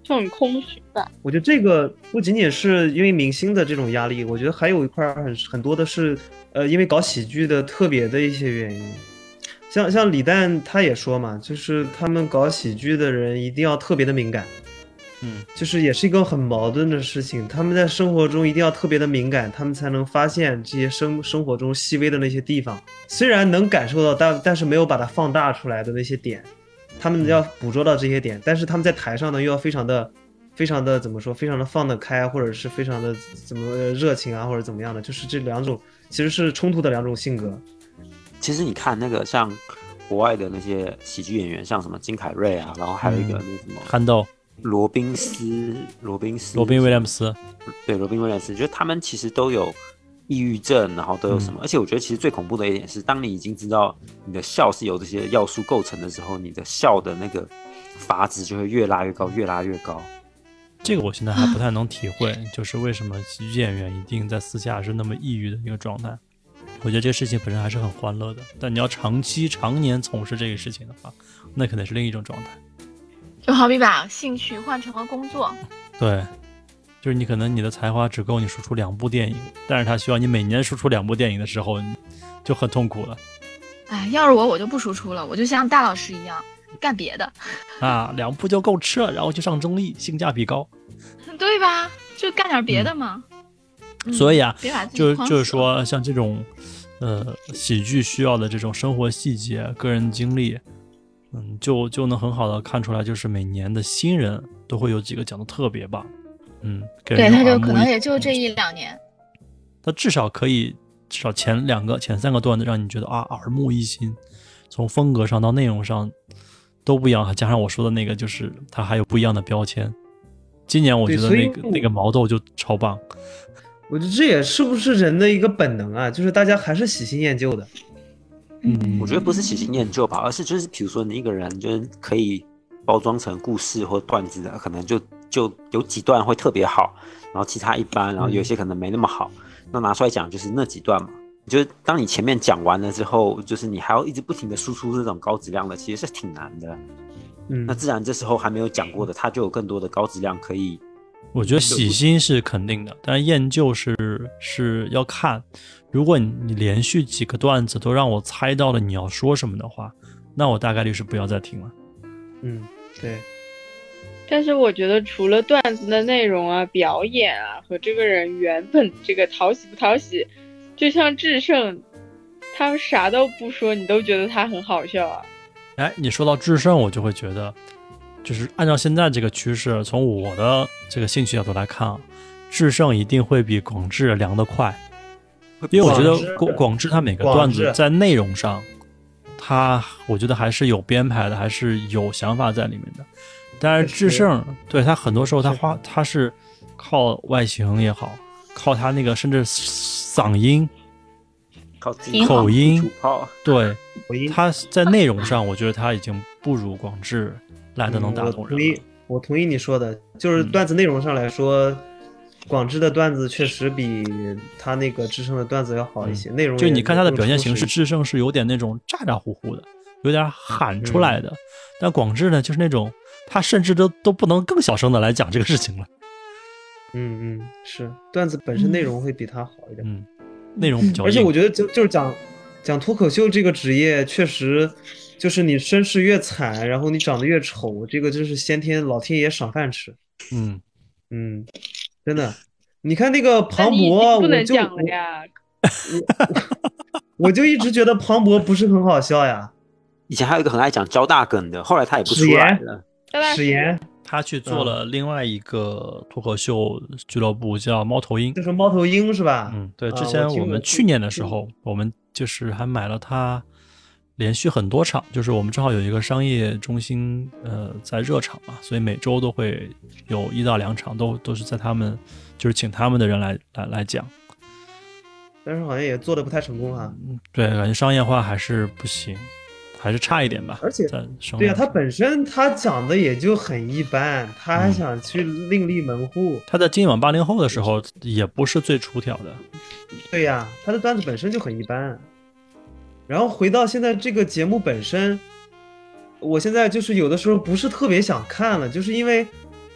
C: 就很空虚吧。
E: 我觉得这个不仅仅是因为明星的这种压力，我觉得还有一块儿很很多的是，呃，因为搞喜剧的特别的一些原因。像像李诞他也说嘛，就是他们搞喜剧的人一定要特别的敏感，
A: 嗯，
E: 就是也是一个很矛盾的事情。他们在生活中一定要特别的敏感，他们才能发现这些生生活中细微的那些地方，虽然能感受到，但但是没有把它放大出来的那些点，他们要捕捉到这些点，但是他们在台上呢又要非常的、非常的怎么说，非常的放得开，或者是非常的怎么呃热情啊，或者怎么样的，就是这两种其实是冲突的两种性格。
B: 其实你看那个像国外的那些喜剧演员，像什么金凯瑞啊，然后还有一个
A: 嗯
B: 那什么
A: 憨豆、
B: 罗宾斯，罗宾斯，
A: 罗宾威廉姆斯，
B: 对，罗宾威廉斯，就是他们其实都有抑郁症，然后都有什么？而且我觉得其实最恐怖的一点是，当你已经知道你的笑是由这些要素构成的时候，你的笑的那个阀值就会越拉越高，越拉越高。
A: 这个我现在还不太能体会，就是为什么喜剧演员一定在私下是那么抑郁的一个状态。我觉得这个事情本身还是很欢乐的，但你要长期、常年从事这个事情的话，那可能是另一种状态。
D: 就好比把兴趣换成了工作，
A: 对，就是你可能你的才华只够你输出两部电影，但是它需要你每年输出两部电影的时候，你就很痛苦了
D: 哎，要是我我就不输出了，我就像大老师一样干别的，
A: 啊，两部就够吃了，然后去上综艺，性价比高。
D: 对吧？就干点别的嘛。嗯
A: 所以啊，
D: 别把自己
A: 就是
D: 框
A: 就是
D: 死
A: 说，像这种，呃，喜剧需要的这种生活细节、个人经历，嗯，就就能很好的看出来，就是每年的新人都会有几个讲的特别棒，嗯，给
D: 对，
A: 人
D: 他
A: 耳
D: 就
A: 目
D: 可
A: 一
D: 能也就
A: 新
D: 这一两年。
A: 他至少可以至少前两个、前三个段子让你觉得啊耳目一新，从风格上到内容上都不一样，加上我说的那个就是他还有不一样的标签。今年我觉
E: 对
A: 得
E: 所以
A: 那个
E: 我
A: 那个毛豆就超棒，
E: 我觉得这也是不是人的一个本能啊，就是大家还是喜新厌旧的。
A: 嗯
B: 我觉得不是喜新厌旧吧，而是就是比如说你一个人就是可以包装成故事或段子的，可能就就有几段会特别好，然后其他一
A: 嗯
B: 般，然后有些可能没那么好，那拿出来讲就是那几段嘛。就是当你前面讲完了之后，就是你还要一直不停的输出这种高质量的，其实是挺难的。
E: 嗯
B: 那，自然这时候还没有讲过的，它就有更多的高质量可以。
A: 我觉得喜新是肯定的，但是厌旧是是要看。如果你你连续几个段子都让我猜到了你要说什么的话，那我大概率是不要再听了。
E: 嗯，对，
C: 但是我觉得，除了段子的内容啊、表演啊和这个人原本这个讨喜不讨喜，就像智胜，他啥都不说，你都觉得他很好笑啊。
A: 哎，你说到智胜，我就会觉得，就是按照现在这个趋势，从我的这个兴趣角度来看啊，智胜一定会比广智凉得快，因为我觉得广
E: 广智
A: 广智他每个
E: 广
A: 段子
E: 智
A: 在内容上，他我觉得还是有编排的，还是有想法在里面的。但是
E: 确实
A: 智胜对他很多时候他花他是靠外形也好，靠他那个甚至嗓音
B: 靠自己
D: 挺好
A: 口音
B: 出泡，
A: 对
E: 我一
A: 他在内容上，我觉得他已经不如广智来的能打
E: 嗯
A: 动
E: 我同
A: 人啊
E: 意
A: 了。，
E: 我同意你说的，就是段子内容上来说，广智的段子确实比他那个智胜的段子要好一些，内容
A: 嗯就
E: 也
A: 你看他的表现形
E: 更
A: 式，
E: 充实
A: 智胜是有点那种咋咋呼呼的，有点喊
E: 嗯
A: 出来的，但广智呢，就是那种他甚至都都不能更小声的来讲这个事情了。
E: 嗯嗯，是段子本身
C: 嗯
E: 内容会比他好一点，
A: 嗯，内容比较硬，
E: 而且我觉得就就是讲讲脱口秀这个职业，确实就是你身世越惨，然后你长得越丑，这个真是先天老天爷赏饭吃，
A: 嗯，
E: 嗯，真的。你看那个
C: 那
E: 庞
C: 你已经
E: 博，
C: 不能
E: 我就
C: 讲了呀，
E: 我就一直觉得庞博不是很好笑呀。
B: 以前还有一个很爱讲交大梗的，后来他也不
E: 史
B: 出来
E: 炎
B: 了。
C: 大大
E: 史炎
A: 他去做
E: 嗯
A: 了另外一个脱口秀俱乐部，叫猫头鹰
E: 就。是猫头鹰是吧？
A: 嗯，对，
E: 啊
A: 之前
E: 我听嗯
A: 我们
E: 过
A: 去年的时候，我们就是还买了它，连续很多场，就是我们正好有一个商业中心，呃，在热场嘛，所以每周都会有一到两场，都都是在他们，就是请他们的人来来来讲。
E: 但是好像也做的不太成功啊哈、
A: 嗯，对，感觉商业化还是不行，还是差一点吧。
E: 而且
A: 在商
E: 对
A: 业
E: 呀、
A: 上
E: 他本身他讲的也就很一般，他
C: 嗯
E: 还想去另立门户。
A: 他在今晚八零后的时候也不是最出挑的，
E: 对呀、他的段子本身就很一般。然后回到现在这个节目本身，我现在就是有的时候不是特别想看了，就是因为，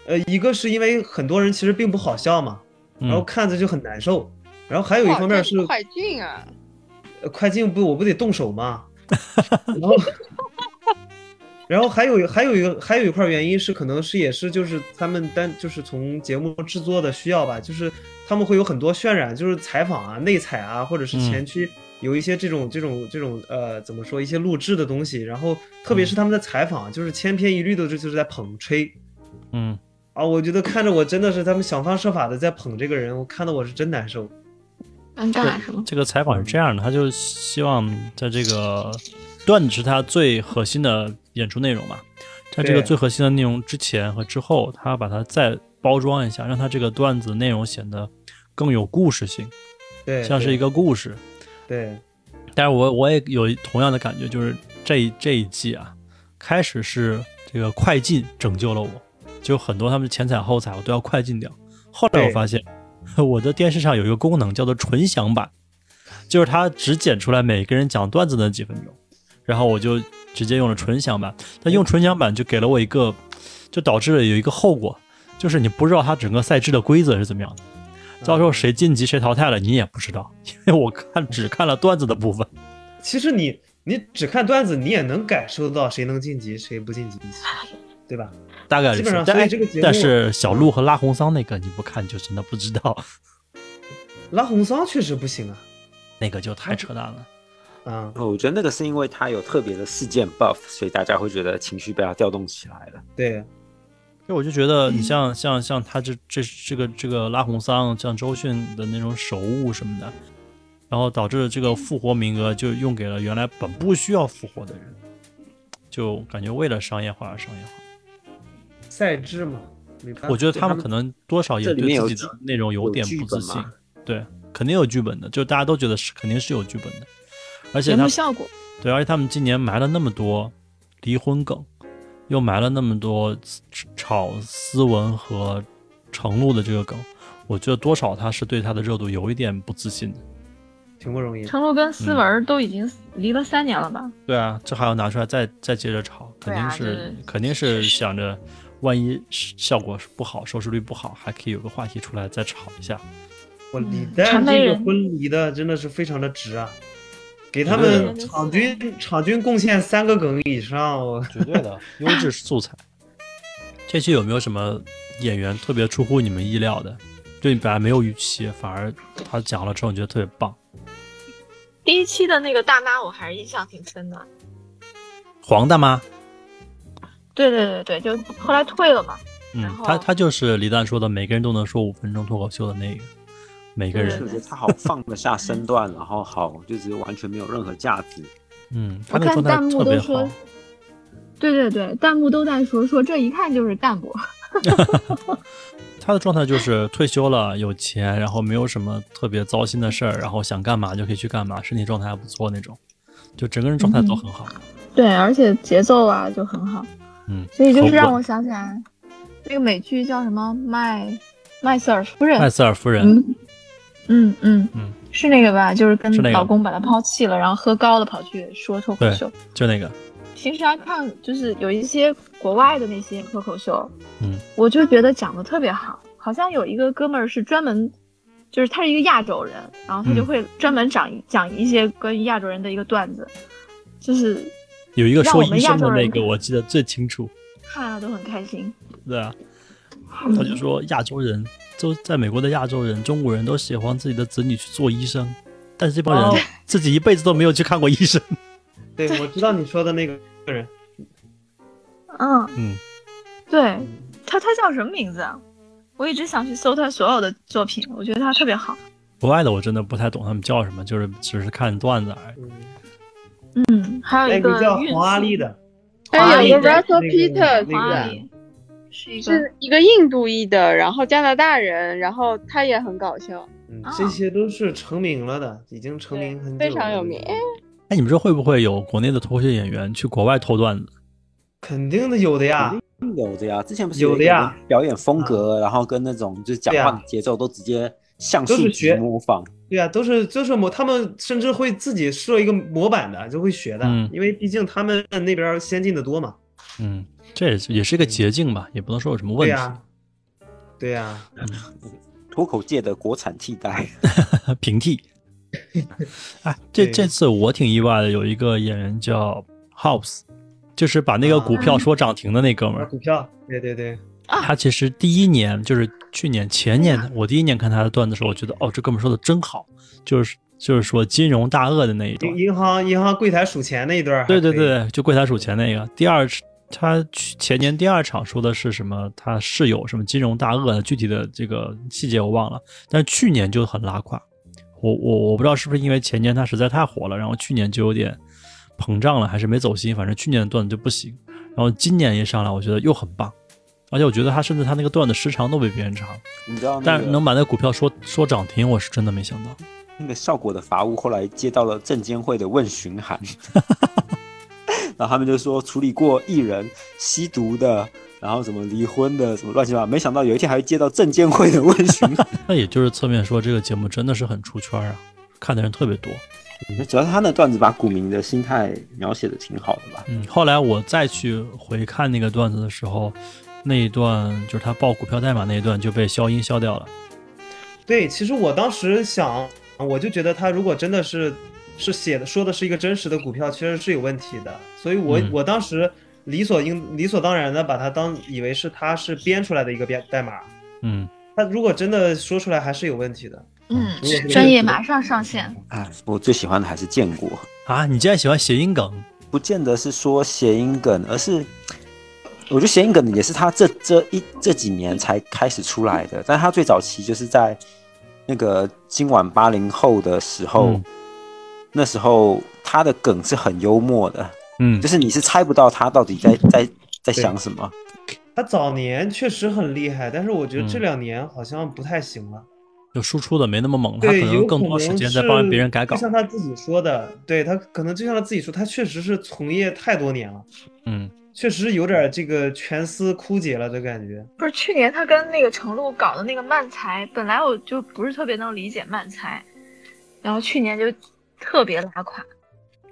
E: 呃，一个是因为很多人其实并不好笑嘛，然后
A: 嗯，
E: 看着就很难受。然后还有一
C: 哇
E: 方面
C: 这
E: 是
C: 快进啊，
E: 呃快进不我不得动手吗？ 然后，然后还有还有一个还有一块原因是，可能是也是就是他们单就是从节目制作的需要吧，就是他们会有很多渲染，就是采访啊、内采啊，或者是前
A: 嗯
E: 期有一些这种这种这种呃怎么说一些录制的东西，然后特别是他们的采访，啊就是千篇一律的就就是在捧吹。
A: 嗯，
E: 啊，我觉得看着我真的是他们想方设法的在捧这个人，我看得我是真难受。
D: 嗯，干点什么？
A: 这个采访是这样的，他就希望在这个段子是他最核心的演出内容嘛，在这个
E: 对
A: 最核心的内容之前和之后，他把它再包装一下，让他这个段子内容显得更有故事性，
E: 对，
A: 像是一个故事。
E: 对
A: 但是我我也有同样的感觉，就是这一这一季啊，开始是这这个快进拯救了我，就很多他们前踩后踩我都要快进掉。后来我
E: 对
A: 发现，我的电视上有一个功能叫做纯享版，就是它只剪出来每个人讲段子的几分钟，然后我就直接用了纯享版。但用纯享版就给了我一个，就导致了有一个后果，就是你不知道它整个赛制的规则是怎么样的。到时候谁晋级谁淘汰了你也不知道，因为我看只看了段子的部分。
E: 其实你你只看段子，你也能感受到谁能晋级，谁不晋级，对吧？
A: 大概率
E: 基本
A: 是
E: 上，
A: 但
E: 所以
A: 哎
E: 这个节目
A: 但是小鹿和拉红桑那个你不看就真的不知道，
E: 拉红桑确实不行啊，
A: 那个就太扯淡了。
E: 啊、
B: 哦，我觉得那个是因为它有特别的事件 buff，所以大家会觉得情绪被它调动起来了。
E: 对，
A: 因为我就觉得你像像像他这这这个这个拉红桑，像周迅的那种手误什么的，然后导致这个复活名额就用给了原来本不需要复活的人，就感觉为了商业化而商业化。
E: 赛制嘛，没办法。
A: 我觉得
B: 对
A: 他
B: 他
A: 们
B: 们
A: 可能多少也
B: 这里
A: 对
B: 面
A: 自
B: 有
A: 己
B: 剧
A: 的内容有
B: 有
A: 点
B: 剧
A: 不自
B: 本
A: 信
B: 嘛，
A: 对，肯定有剧本的，就大家都觉得是肯定是有剧本的，而且
D: 节
A: 他嗯
D: 目
A: 们
D: 效果，
A: 对，而且他们今年埋了那么多离婚梗，又埋了那么多炒斯文和程璐的这个梗，我觉得多少他是对他的热度有一点不自信的。
E: 挺不容易的。
D: 程璐跟思文儿都已经离了三年了吧？
A: 对啊，这还要拿出来再再接着炒，肯
D: 对
A: 定
D: 啊
A: 是、
D: 就是
A: 肯定是
D: 是
A: 想着，万一是效果是不好，收视率不好，还可以有个话题出来再炒一下。
E: 我离
D: 嗯，
E: 但
D: 传
E: 是
D: 媒
E: 这个
D: 人
E: 婚离的真的是非常的值啊，给他
A: 对
E: 们
D: 的
E: 场均场均贡献三个梗以上，我
A: 绝对 的优质素材。这期有没有什么演员特别出乎你们意料的？对你本来没有预期，反而他讲了之后你觉得特别棒。
D: 第一期的那个大妈，我还是印象挺深的。
A: 黄大妈，
D: 对对对对，就后来退了嘛。
A: 嗯
D: 然，后
A: 她她就是李诞说的，每个人都能说五分钟脱口秀的那个，每个
D: 对
B: 我
A: 人，
B: 觉得它好放得下身段，然后好就是完全没有任何价值。
A: 嗯，她
D: 我
A: 那个
D: 看
A: 状态
D: 弹幕
A: 特
D: 都
A: 别
D: 说
A: 好。，
D: 对对对，弹幕都在说说这一看就是淡薄。
A: 她的状态就是退休了，有钱，然后没有什么特别糟心的事儿，然后想干嘛就可以去干嘛，身体状态还不错那种，就整个人状态都很好。
D: 嗯对，而且节奏啊就很好，
A: 嗯，
D: 所以就
A: 口
D: 是让
A: 吻
D: 我想起来，那个美剧叫什么麦麦瑟尔夫人，
A: 麦瑟尔夫人，
D: 嗯嗯嗯
A: 嗯，
D: 是那个吧？就是跟
A: 是那个
D: 老公把她抛弃了，然后喝高了跑去说脱口
A: 对
D: 秀。
A: 就那个，
D: 平时还看就是有一些国外的那些脱口秀，
A: 嗯，
D: 我就觉得讲的特别好。好像有一个哥们儿是专门，就是他是一个亚洲人，然后他就
A: 嗯
D: 会专门讲、讲一些关于亚洲人的一个段子，就是
A: 有一个
D: 让
A: 说
D: 我们
A: 医
D: 亚
A: 生的
D: 洲
A: 那
D: 人
A: 个，我记得最清楚。
D: 看了都很开心。
A: 对啊，
D: 嗯
A: 他就说亚洲人都在美国的亚洲人，中国人都喜欢自己的子女去做医生，但是这帮
D: 哦
A: 人自己一辈子都没有去看过医生。
E: 对我知道你说 的那个人，
D: 嗯，
A: 嗯，
D: 对他他叫什么名字啊？我一直想去搜他所有的作品，我觉得他特别好。
A: 国外的我真的不太懂他们叫什么，就是只是看段子而已。
E: 嗯，
D: 嗯，还有
E: 那
D: 一个
E: 个哎叫
D: 孕
E: 黄阿
D: 妇
E: 丽的，
D: 华
C: 还
D: 丽
C: 有个
D: 的
C: Russell
E: 那个
C: Peters
E: 那
D: 黄
E: 个
D: 阿
E: 人
D: 丽，是一个
C: 是一个印度裔的，然后加拿大人，然后他也很搞笑。
E: 嗯
D: 啊，
E: 这些都是成名了的，已经成名很久了，
C: 非常有名哎
A: 哎，你们说会不会有国内的脱口秀演员去国外偷段子？
E: 肯定的有的呀，
B: 有的呀，之前不是
E: 有的呀，嗯
B: 表演风格，然后跟那种就是讲话
E: 对
B: 的
E: 呀
B: 节奏都直接像
E: 都
B: 素
E: 是
B: 级
E: 学
B: 模仿。
E: 对啊呀，都是就是模，他们甚至会自己设一个模板的，就会学的
A: 嗯，
E: 因为毕竟他们那边儿先进的多嘛，
A: 嗯，这也是也是一个捷径吧，也不能说有什么问
E: 对
A: 题。
E: 呀，对啊呀，
B: 脱口界的国产替代，
A: 平 替。哎，这
E: 啊对
A: 这次我挺意外的，有一个演员叫 House，就是把
E: 啊
A: 那个股票说涨停的那哥们
E: 买
A: 儿。
E: 股票，对对对，
A: 他其实第一年就是去年前年，
E: 啊
A: 我第一年看他的段子的时候，我觉得哦，这哥们儿说的真好，就是就是说金融大鳄的那一段
E: 银。银行银行柜台数钱那一段，
A: 对对，对，就柜台数钱那个。第二，他去前年第二场说的是什么？他室友什么金融大鳄的，具体的这个细节我忘了。但是去年就很拉胯，我我我不知道是不是因为前年他实在太火了，然后去年就有点膨胀了，还是没走心。反正去年的段子就不行，然后今年一上来，我觉得又很棒。而且我觉得他甚至他那个段子时长都比别人长，
B: 你知道那
A: 但是能
B: 个
A: 把那股票说说涨停，我是真的没想到。
B: 那个效果的法务后来接到了证监会的问询函，然后他们就说处理过艺人吸毒的，然后什么离婚的，什么乱七八糟。没想到有一天还会接到证监会的问询，
A: 那也就是侧面说这个节目真的是很出圈啊，看的人特别多。
B: 主要是他那段子把股民的心态描写的挺好的吧。
A: 嗯，后来我再去回看那个段子的时候，那一段就是他报股票代码那一段就被消音消掉了。
E: 对，其实我当时想，我就觉得他如果真的是是写的说的是一个真实的股票，其实是有问题的，所以我、
A: 嗯
E: 我当时理所应理所当然的把它当以为是他是编出来的一个编代码，
A: 嗯，
E: 他如果真的说出来还是有问题的。
D: 嗯
E: 如果是，
D: 专业马上上线。
B: 哎，我最喜欢的还是建国，
A: 啊，你竟然喜欢谐音梗？
B: 不见得是说谐音梗，而是我觉得谐音梗也是他这这一这几年才开始出来的，但他最早期就是在那个今晚八零后的时候，
A: 嗯
B: 那时候他的梗是很幽默的，
A: 嗯
B: 就是你是猜不到他到底在在在想什么。
E: 他早年确实很厉害，但是我觉得这
A: 嗯
E: 两年好像不太行了。
A: 就输出的没那么猛，他可
E: 对，有
A: 能更多时间在帮别人改稿
E: 就。像他自己说的，对他可能就像他自己说，他确实是从业太多年了，
A: 嗯，
E: 确实有点这个全思枯竭了的感觉。
D: 不是去年他跟那个程璐搞的那个漫才，本来我就不是特别能理解漫才，然后去年就特别拉垮。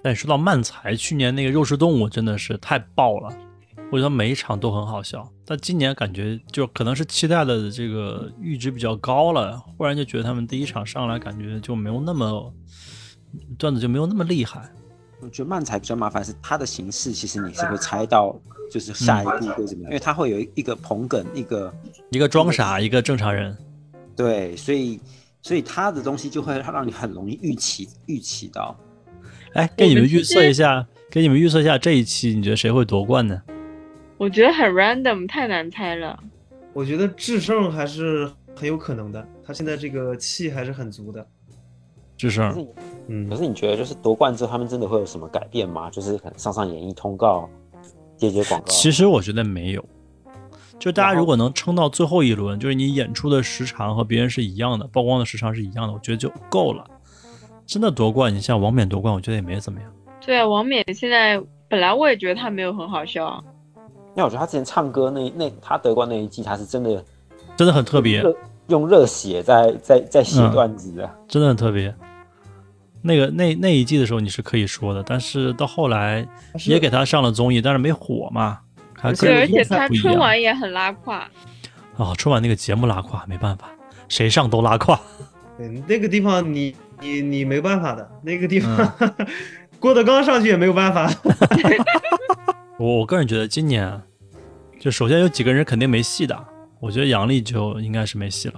A: 但你说到漫才，去年那个肉食动物真的是太爆了，我觉得每一场都很好笑。但今年感觉就可能是期待的这个阈值比较高了，忽然就觉得他们第一场上来感觉就没有那么段子就没有那么厉害。
B: 我觉得漫才比较麻烦是它的形式，其实你是会猜到就是下一步会怎么样，因为它会有一个捧梗，一个
A: 一个装傻，一个正常人。
B: 对，所以所以它的东西就会让你很容易预期预期到。
A: 哎，给你们
C: 我们
A: 预测一下，给你们预测一下这一期，你觉得谁会夺冠呢？
C: 我觉得很 random，太难猜了。
E: 我觉得智胜还是很有可能的，他现在这个气还是很足的。
A: 智
B: 可
A: 胜，
B: 是可
E: 嗯，
B: 是你觉得就是夺冠之后他们真的会有什么改变吗？就是可能上上演艺通告，接接广告。
A: 其实我觉得没有。就大家如果能撑到最后一轮，就是你演出的时长和别人是一样的，曝光的时长是一样的，我觉得就够了。真的夺冠，你像王冕夺冠，我觉得也没怎么样。
C: 对啊，王冕现在本来我也觉得他没有很好笑，
B: 因为我觉得他之前唱歌那那他得冠那一季，他是真的
A: 真的很特别，
B: 热用热血在在在写
A: 嗯
B: 段子的。
A: 真的很特别。那个那那一季的时候你是可以说的，但是到后来
E: 但是
A: 也给他上了综艺，但是没火嘛，还
E: 而且
A: 跟
C: 对，而且
A: 印象
C: 他
A: 不一
C: 春
A: 样
C: 晚也很拉胯。
A: 啊、春晚那个节目拉胯，没办法，谁上都拉胯。
E: 对那个地方你你你没办法的，那个地方、
A: 嗯
E: 郭德纲上去也没有办法。
A: 我我个人觉得今年，就首先有几个人肯定没戏的，我觉得杨笠就应该是没戏了。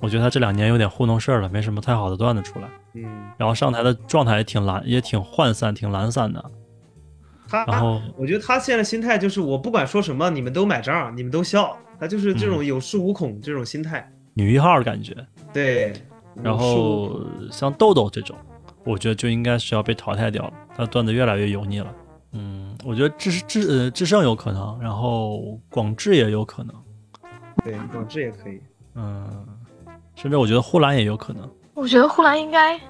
A: 我觉得他这两年有点糊弄事儿了，没什么太好的段子出来，
E: 嗯，
A: 然后上台的状态也挺懒，也挺涣散，挺懒散的。
E: 他
A: 然后
E: 我觉得他现在心态就是我不管说什么，你们都买账，你们都笑，他就是这
A: 嗯
E: 种有恃无恐这种心态。
A: 女一号的感觉，
E: 对，
A: 然后像豆豆这种，我觉得就应该是要被淘汰掉了。他段子越来越油腻了。嗯，我觉得智智呃智胜有可能，然后广智也有可能，
E: 对，广智也可以。
A: 嗯，甚至我觉得呼兰也有可能。
D: 我觉得呼兰应该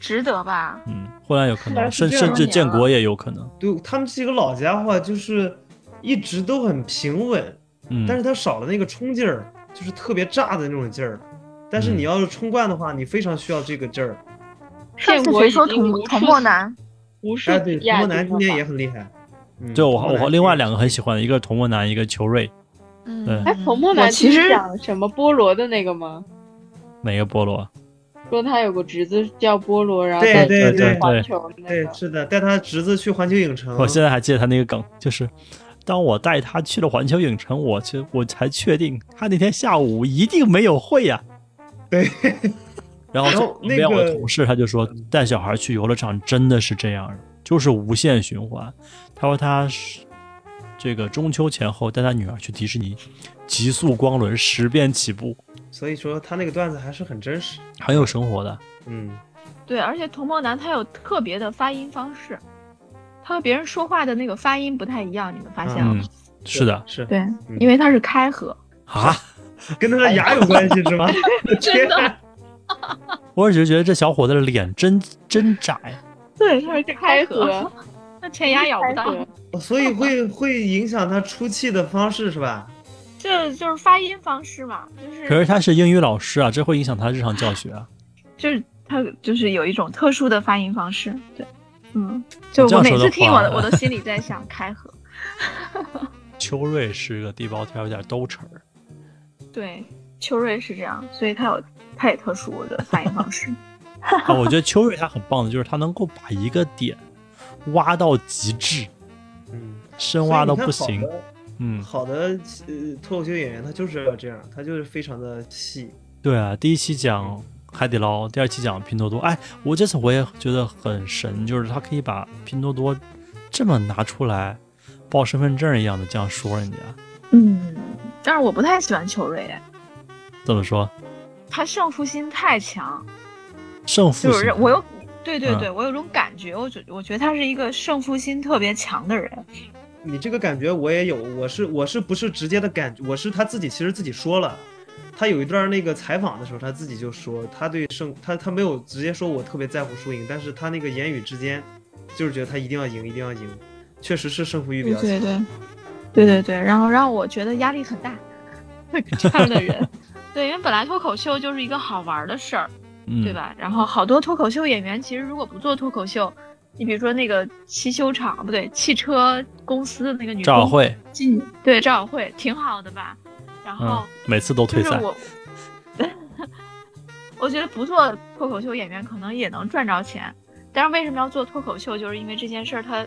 D: 值得吧。
A: 嗯，呼兰有可
E: 后
A: 能，
E: 来是
A: 甚
E: 这样
A: 甚至
D: 的
A: 建国也有可能。
E: 对他们几个老家伙就是一直都很平稳，
A: 嗯，
E: 但是他少了那个冲劲儿，就是特别炸的那种劲儿。但是
A: 嗯
E: 你要是冲冠的话，你非常需要这个劲儿。
D: 上
C: 建
D: 次
C: 国
D: 谁
C: 已
D: 说
C: 经
D: 童
C: 无
D: 童
C: 数
D: 漠南？
C: 无数
E: 哎，对，
C: 亚
E: 童漠南
C: 军
E: 今
C: 了
E: 天
C: 吧
E: 也很厉害。嗯，
A: 就我
E: 童漠
A: 我
E: 南
A: 另外两个很喜欢的，一个是童漠南，一个裘瑞。
D: 嗯
A: 对，
C: 哎，彭梦
D: 我
C: 楠
D: 其实
C: 讲什么菠萝的那个吗？
A: 哪个菠萝？
C: 说他有个侄子叫菠萝，然后
E: 对
C: 带
E: 对
C: 他去
E: 对
C: 环球那
E: 对
C: 个，
E: 是的，带他侄子去环球影城。
A: 我现在还记得他那个梗，就是当我带他去了环球影城，我去我才确定他那天下午一定没有会呀、
E: 对，
A: 然后
E: 然
A: 这
E: 后
A: 里
E: 那
A: 面我
E: 个
A: 同事他就说，带小孩去游乐场真的是这样的，就是无限循环。他说他是这个中秋前后带他女儿去迪士尼，极速光轮十遍起步，
E: 所以说他那个段子还是很真实。
A: 很有生活的。
E: 嗯，
D: 对，而且童漠南他有特别的发音方式，他和别人说话的那个发音不太一样，你们发现了
A: 嗯
D: 吗？，
A: 是的
E: 是
D: 对
E: 嗯，
D: 因为他是开合。
A: 啊，
E: 跟他的牙有关系是吗？
D: 真的
E: 天啊
A: 我只是觉得这小伙子的脸真真窄。
D: 对，他是
C: 开
D: 合
C: 合。
D: 那前牙咬不
C: 开
D: 到
C: 始，
E: 所以会会影响他出气的方式是吧？
D: 这就是发音方式嘛，就
A: 可
D: 是
A: 是他是英语老师啊，这会影响他日常教学啊。
D: 就是他就是有一种特殊的发音方式，对，嗯，就
A: 哦这样
D: 我每
A: 说的
D: 次听我的
A: 话
D: 我都心里在想开合，
A: 秋瑞是个地包天，有点兜齿儿。
D: 对，秋瑞是这样，所以他有他也特殊的发音方式，
A: 啊，我觉得秋瑞他很棒的，就是他能够把一个点挖到极致，
E: 嗯，
A: 深挖到
E: 所以
A: 不
E: 你看好
A: 行。
E: 的
A: 嗯，
E: 好的呃脱口秀演员他就是要这样，他就是非常的细。
A: 对啊，第一期讲海底捞，第二期讲拼多多。哎，我这次我也觉得很神，就是他可以把拼多多这么拿出来，报身份证一样的这样说人家。
D: 嗯，但是我不太喜欢秋瑞，哎
A: 怎么说？
D: 他胜负心太强，
A: 胜负
D: 就是
A: 心
D: 我有对对
A: 嗯
D: 对，我有种感觉，我觉我觉得他是一个胜负心特别强的人，
E: 你这个感觉我也有，我是我是不是直接的感觉？我是他自己其实自己说了，他有一段那个采访的时候他自己就说，他对胜他他没有直接说我特别在乎输赢，但是他那个言语之间就是觉得他一定要赢，一定要赢，确实是胜负欲比
D: 对
E: 较
D: 对
E: 强。
D: 对，对对对，然后让我觉得压力很大， 这样 的人，对，因为本来脱口秀就是一个好玩的事儿，
A: 嗯
D: 对？吧？然后好多脱口秀演员其实如果不做脱口秀，你比如说那个汽修厂不对，汽车公司的那个女
A: 赵
D: 工
A: 晓慧，
D: 进，对赵晓慧挺好的吧？然后
A: 嗯，每次都
D: 哦就
A: 退
D: 是
A: 赛。
D: 我， 我觉得不做脱口秀演员可能也能赚着钱，但是为什么要做脱口秀？就是因为这件事儿它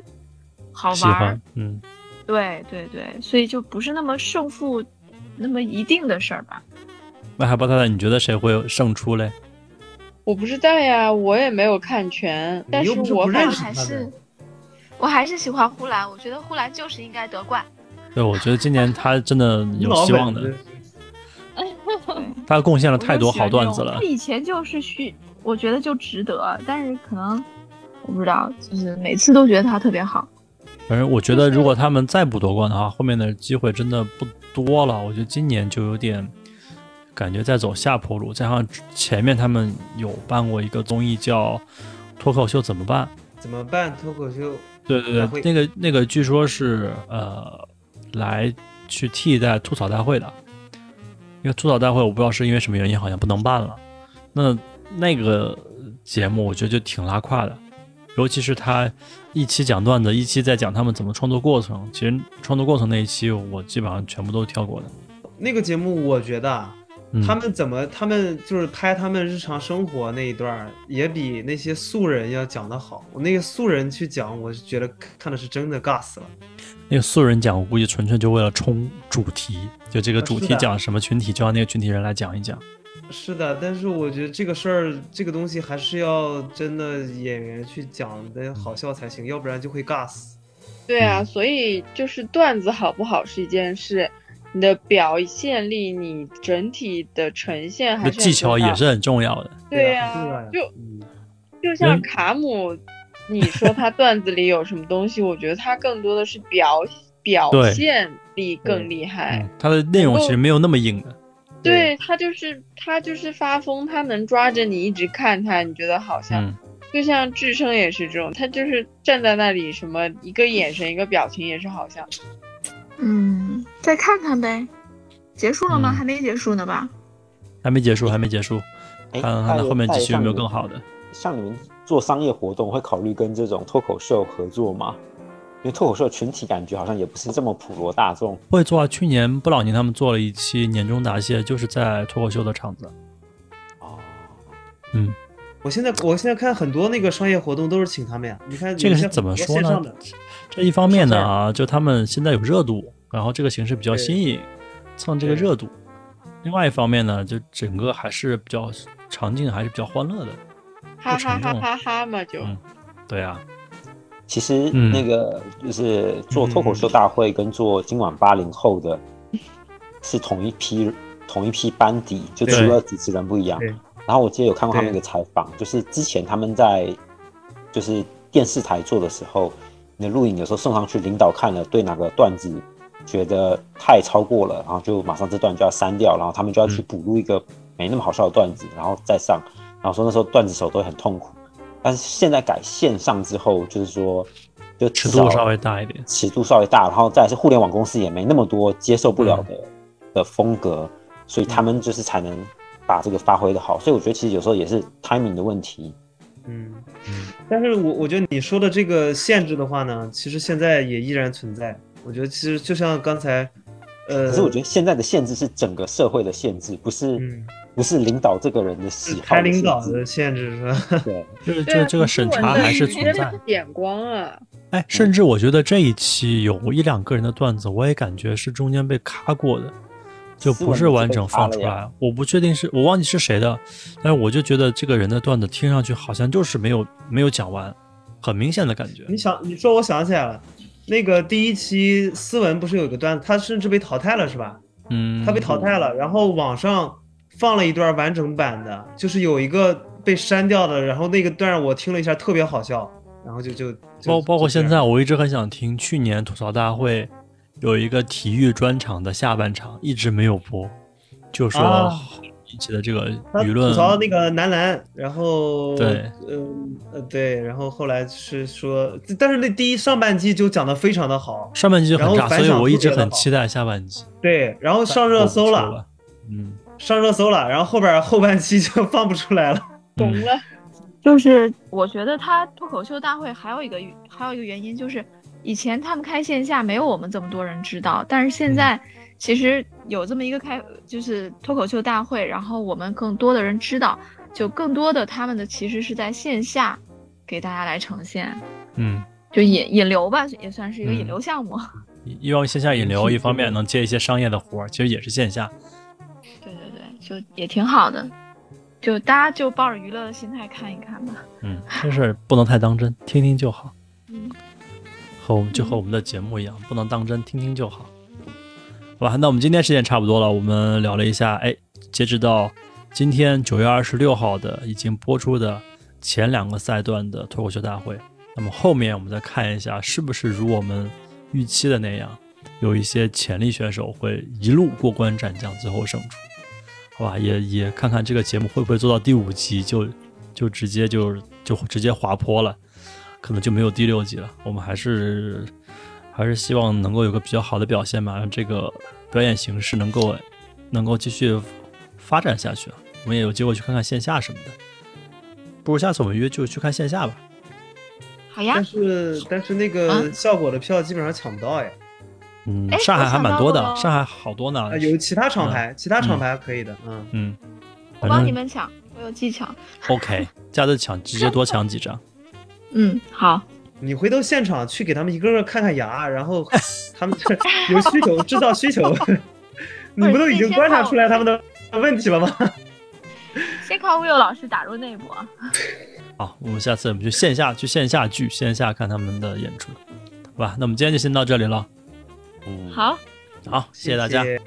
D: 好
A: 喜
D: 玩儿，
A: 欢，嗯，
D: 对对对，所以就不是那么胜负那么一定的事儿吧。
A: 那海豹太太，你觉得谁会胜出嘞？
C: 我不知道呀，我也没有看全，但
E: 又不是
C: 我
E: 不
C: 反
E: 认
D: 我
E: 识
C: 正
D: 还
E: 他的
D: 是我还是喜欢呼兰，我觉得呼兰就是应该得冠。
A: 对，我觉得今年他真的有
E: 老
A: 希
E: 本
A: 望的
E: 子，
A: 他贡献了
D: 我
A: 太
D: 就
A: 多
D: 喜
A: 好
D: 欢这
A: 段
D: 种
A: 子了
D: 他。以前就是虚，我觉得就值得，但是可能我不知道，就是每次都觉得他特别好。
A: 反正我觉得，如果他们再不夺冠的话，后面的机会真的不多了。我觉得今年就有点感觉在走下坡路，加上前面他们有办过一个综艺叫《脱口秀怎么办》，
E: 怎么办？脱口秀
A: 对对
E: 大会
A: 对，那个那个据说是呃来去替代吐槽大会的，因为吐槽大会我不知道是因为什么原因好像不能办了。那那个节目我觉得就挺拉胯的，尤其是他一期讲段子，一期在讲他们怎么创作过程。其实创作过程那一期我基本上全部都跳过的。
E: 那个节目，我觉得啊，
A: 嗯，
E: 他们怎么，他们就是拍他们日常生活那一段儿，也比那些素人要讲得好。我那个素人去讲，我是觉得看的是真的尬死了。
A: 那个素人讲，我估计纯粹就为了冲主题，就这个
E: 啊
A: 主
E: 是
A: 题
E: 的
A: 讲什么群体，就让那个群体人来讲一讲。
E: 是的，但是我觉得这个事儿，这个东西还是要真的演员去讲的好笑才行，要不然就会尬死。
C: 对啊，
A: 嗯
C: 所以就是段子好不好是一件事，你的表现力、你整体的呈现还
A: 那
C: 是很
A: 技巧
C: 重要
A: 也是很重要的。
C: 对
E: 呀、
C: 啊
E: 是的呀
C: 就
E: 嗯
C: 就像
A: 人
C: 卡姆，你说他段子里有什么东西，我觉得他更多的是表表
A: 对
C: 现力更厉害
A: 嗯。，它的内容其实没有那么硬的。
C: 对他就是他就是发疯，他能抓着你一直看他，你觉得好像、
A: 嗯，
C: 就像智胜也是这种，他就是站在那里，什么一个眼神一个表情也是好像。
D: 嗯，再看看呗。结束了吗？
A: 嗯
D: 还没结束呢吧？
A: 还没结束，还没结束，
B: 哎
A: 看看
B: 那
A: 后面
B: 那
A: 继续有没有
B: 像你
A: 更好的。
B: 像你们做商业活动会考虑跟这种脱口秀合作吗？因为脱口秀群体感觉好像也不是这么普罗大众。
A: 会做啊，去年布朗尼他们做了一期年终答谢，就是在脱口秀的场子。
B: 哦，
E: 我现在我现在看很多那个商业活动都是请他们呀，你看
A: 这个
E: 有些
A: 是怎么
E: 很多
A: 说
E: 线
A: 呢
E: 上的？
A: 这一方面呢啊，就他们现在有热度，然后这个形式比较新颖，蹭这个热度。另外一方面呢，就整个还是比较场景还是比较欢乐的。
C: 哈哈
A: 沉
C: 哈
A: 重
C: 哈哈嘛，就、
A: 嗯对啊，
B: 其实
A: 嗯
B: 那个就是做脱口秀大会跟做今晚八零后的是同一批同一批班底，就除
A: 对
B: 了主持人不一样
E: 对。
B: 然后我记得有看过他们一
E: 对
B: 个采访，就是之前他们在就是电视台做的时候，你的录影有时候送上去，领导看了对哪个段子觉得太超过了，然后就马上这段就要删掉，然后他们就要去补录一个没那么好笑的段子，然后再上。然后说那时候段子手都会很痛苦，但是现在改线上之后，就是说，就
A: 尺
B: 至少
A: 度稍微大一点。
B: 尺度稍微大，然后再来是互联网公司也没那么多接受不了的、的风格，所以他们就是才能把这个发挥的好。所以我觉得其实有时候也是 timing 的问题。
E: 嗯，但是我我觉得你说的这个限制的话呢，其实现在也依然存在。我觉得其实就像刚才，呃，
B: 可是我觉得现在的限制是整个社会的限制，不是、
E: 嗯，
B: 不是领导这个人的
E: 是
B: 喜好
E: 排
B: 的限
E: 领
B: 制。
E: 导的限制是吧？
B: 对，
A: 就是
C: 对
A: 这
C: 啊
A: 这个审查还是存
C: 真
A: 在
C: 的。眼光啊，
E: 嗯
A: 哎，甚至我觉得这一期有一两个人的段子，我也感觉是中间被卡过的，就不是完整放出
B: 斯文就被卡了
A: 来。我不确定是我忘记是谁的，但是我就觉得这个人的段子听上去好像就是没有没有讲完，很明显的感觉。
E: 你想，你说我想起来了，那个第一期思文不是有一个段子，他甚至被淘汰了是吧？
A: 嗯，
E: 他被淘汰了，然后网上放了一段完整版的，就是有一个被删掉的，然后那个段我听了一下特别好笑，然后就就就
A: 包包括
E: 就这
A: 现
E: 样
A: 在，我一直很想听去年吐槽大会有一个体育专场的下半场一直没有播，就说
E: 啊
A: 引起的这个
E: 他
A: 舆论
E: 吐槽那个男篮，然后
A: 对，
E: 嗯呃对，然后后来是说，但是那第一上半季就讲的非常的好，
A: 上半季很
E: 然
A: 炸，
E: 后反
A: 所以
E: 响
A: 我一直
E: 特别的
A: 很
E: 好
A: 期待下半季。
E: 对，然后上热搜
A: 播不出
E: 了，
A: 来，嗯，
E: 上热搜了，然后后边后半期就放不出来了。
C: 懂
A: 嗯
C: 了。
D: 就是我觉得他脱口秀大会还有一个还有一个原因就是，以前他们开线下没有我们这么多人知道，但是现在其实有这么一个开就是脱口秀大会，然后我们更多的人知道，就更多的他们的其实是在线下给大家来呈现，
A: 嗯，
D: 就引引流吧，也算是一个引
A: 嗯
D: 流项目。
A: 一方面线下引流，
E: 嗯
A: 一方面能接一些商业的活儿，其实也是线下。
D: 对对对，就也挺好的，就大家就抱着娱乐的心态看一看吧。
A: 嗯，这事儿不能太当真，听听就好。
D: 嗯，
A: 和我们就和我们的节目一样，不能当真，听听就好。好吧，那我们今天时间差不多了，我们聊了一下，哎，截止到今天九月二十六号的已经播出的前两个赛段的脱口秀大会，那么后面我们再看一下是不是如我们预期的那样，有一些潜力选手会一路过关斩将，最后胜出。好吧，也也看看这个节目会不会做到第五集就就直接就就直接滑坡了。可能就没有第六集了。我们还是还是希望能够有个比较好的表现吧，让这个表演形式能够能够继续发展下去啊。我们也有机会去看看线下什么的，不如下次我们约就去看线下吧。
D: 好呀
E: 但。是但是那
D: 啊
E: 个效果的票基本上抢不到哎，
A: 嗯
D: 哎，
A: 上海还蛮多的
D: 我想到，了
A: 上海好多呢
E: 啊。有其他厂牌，其他厂牌可以的，嗯，
A: 嗯，
D: 我
A: 反
D: 帮你
A: 正
D: 们抢，我有技巧。
A: OK，下次抢直接多抢几张。
D: 嗯，好，
E: 你回头现场去给他们一个个看看牙，然后他们这有需求制造需求，你不都已经观察出来他们的问题了吗？
D: 先靠 Will 老师打入内部啊。
A: 好，我们下次我们去线下去线下剧，线下看他们的演出，好吧？那我们今天就先到这里了。
B: 嗯，
D: 好，
A: 好，谢谢大家，
E: 谢谢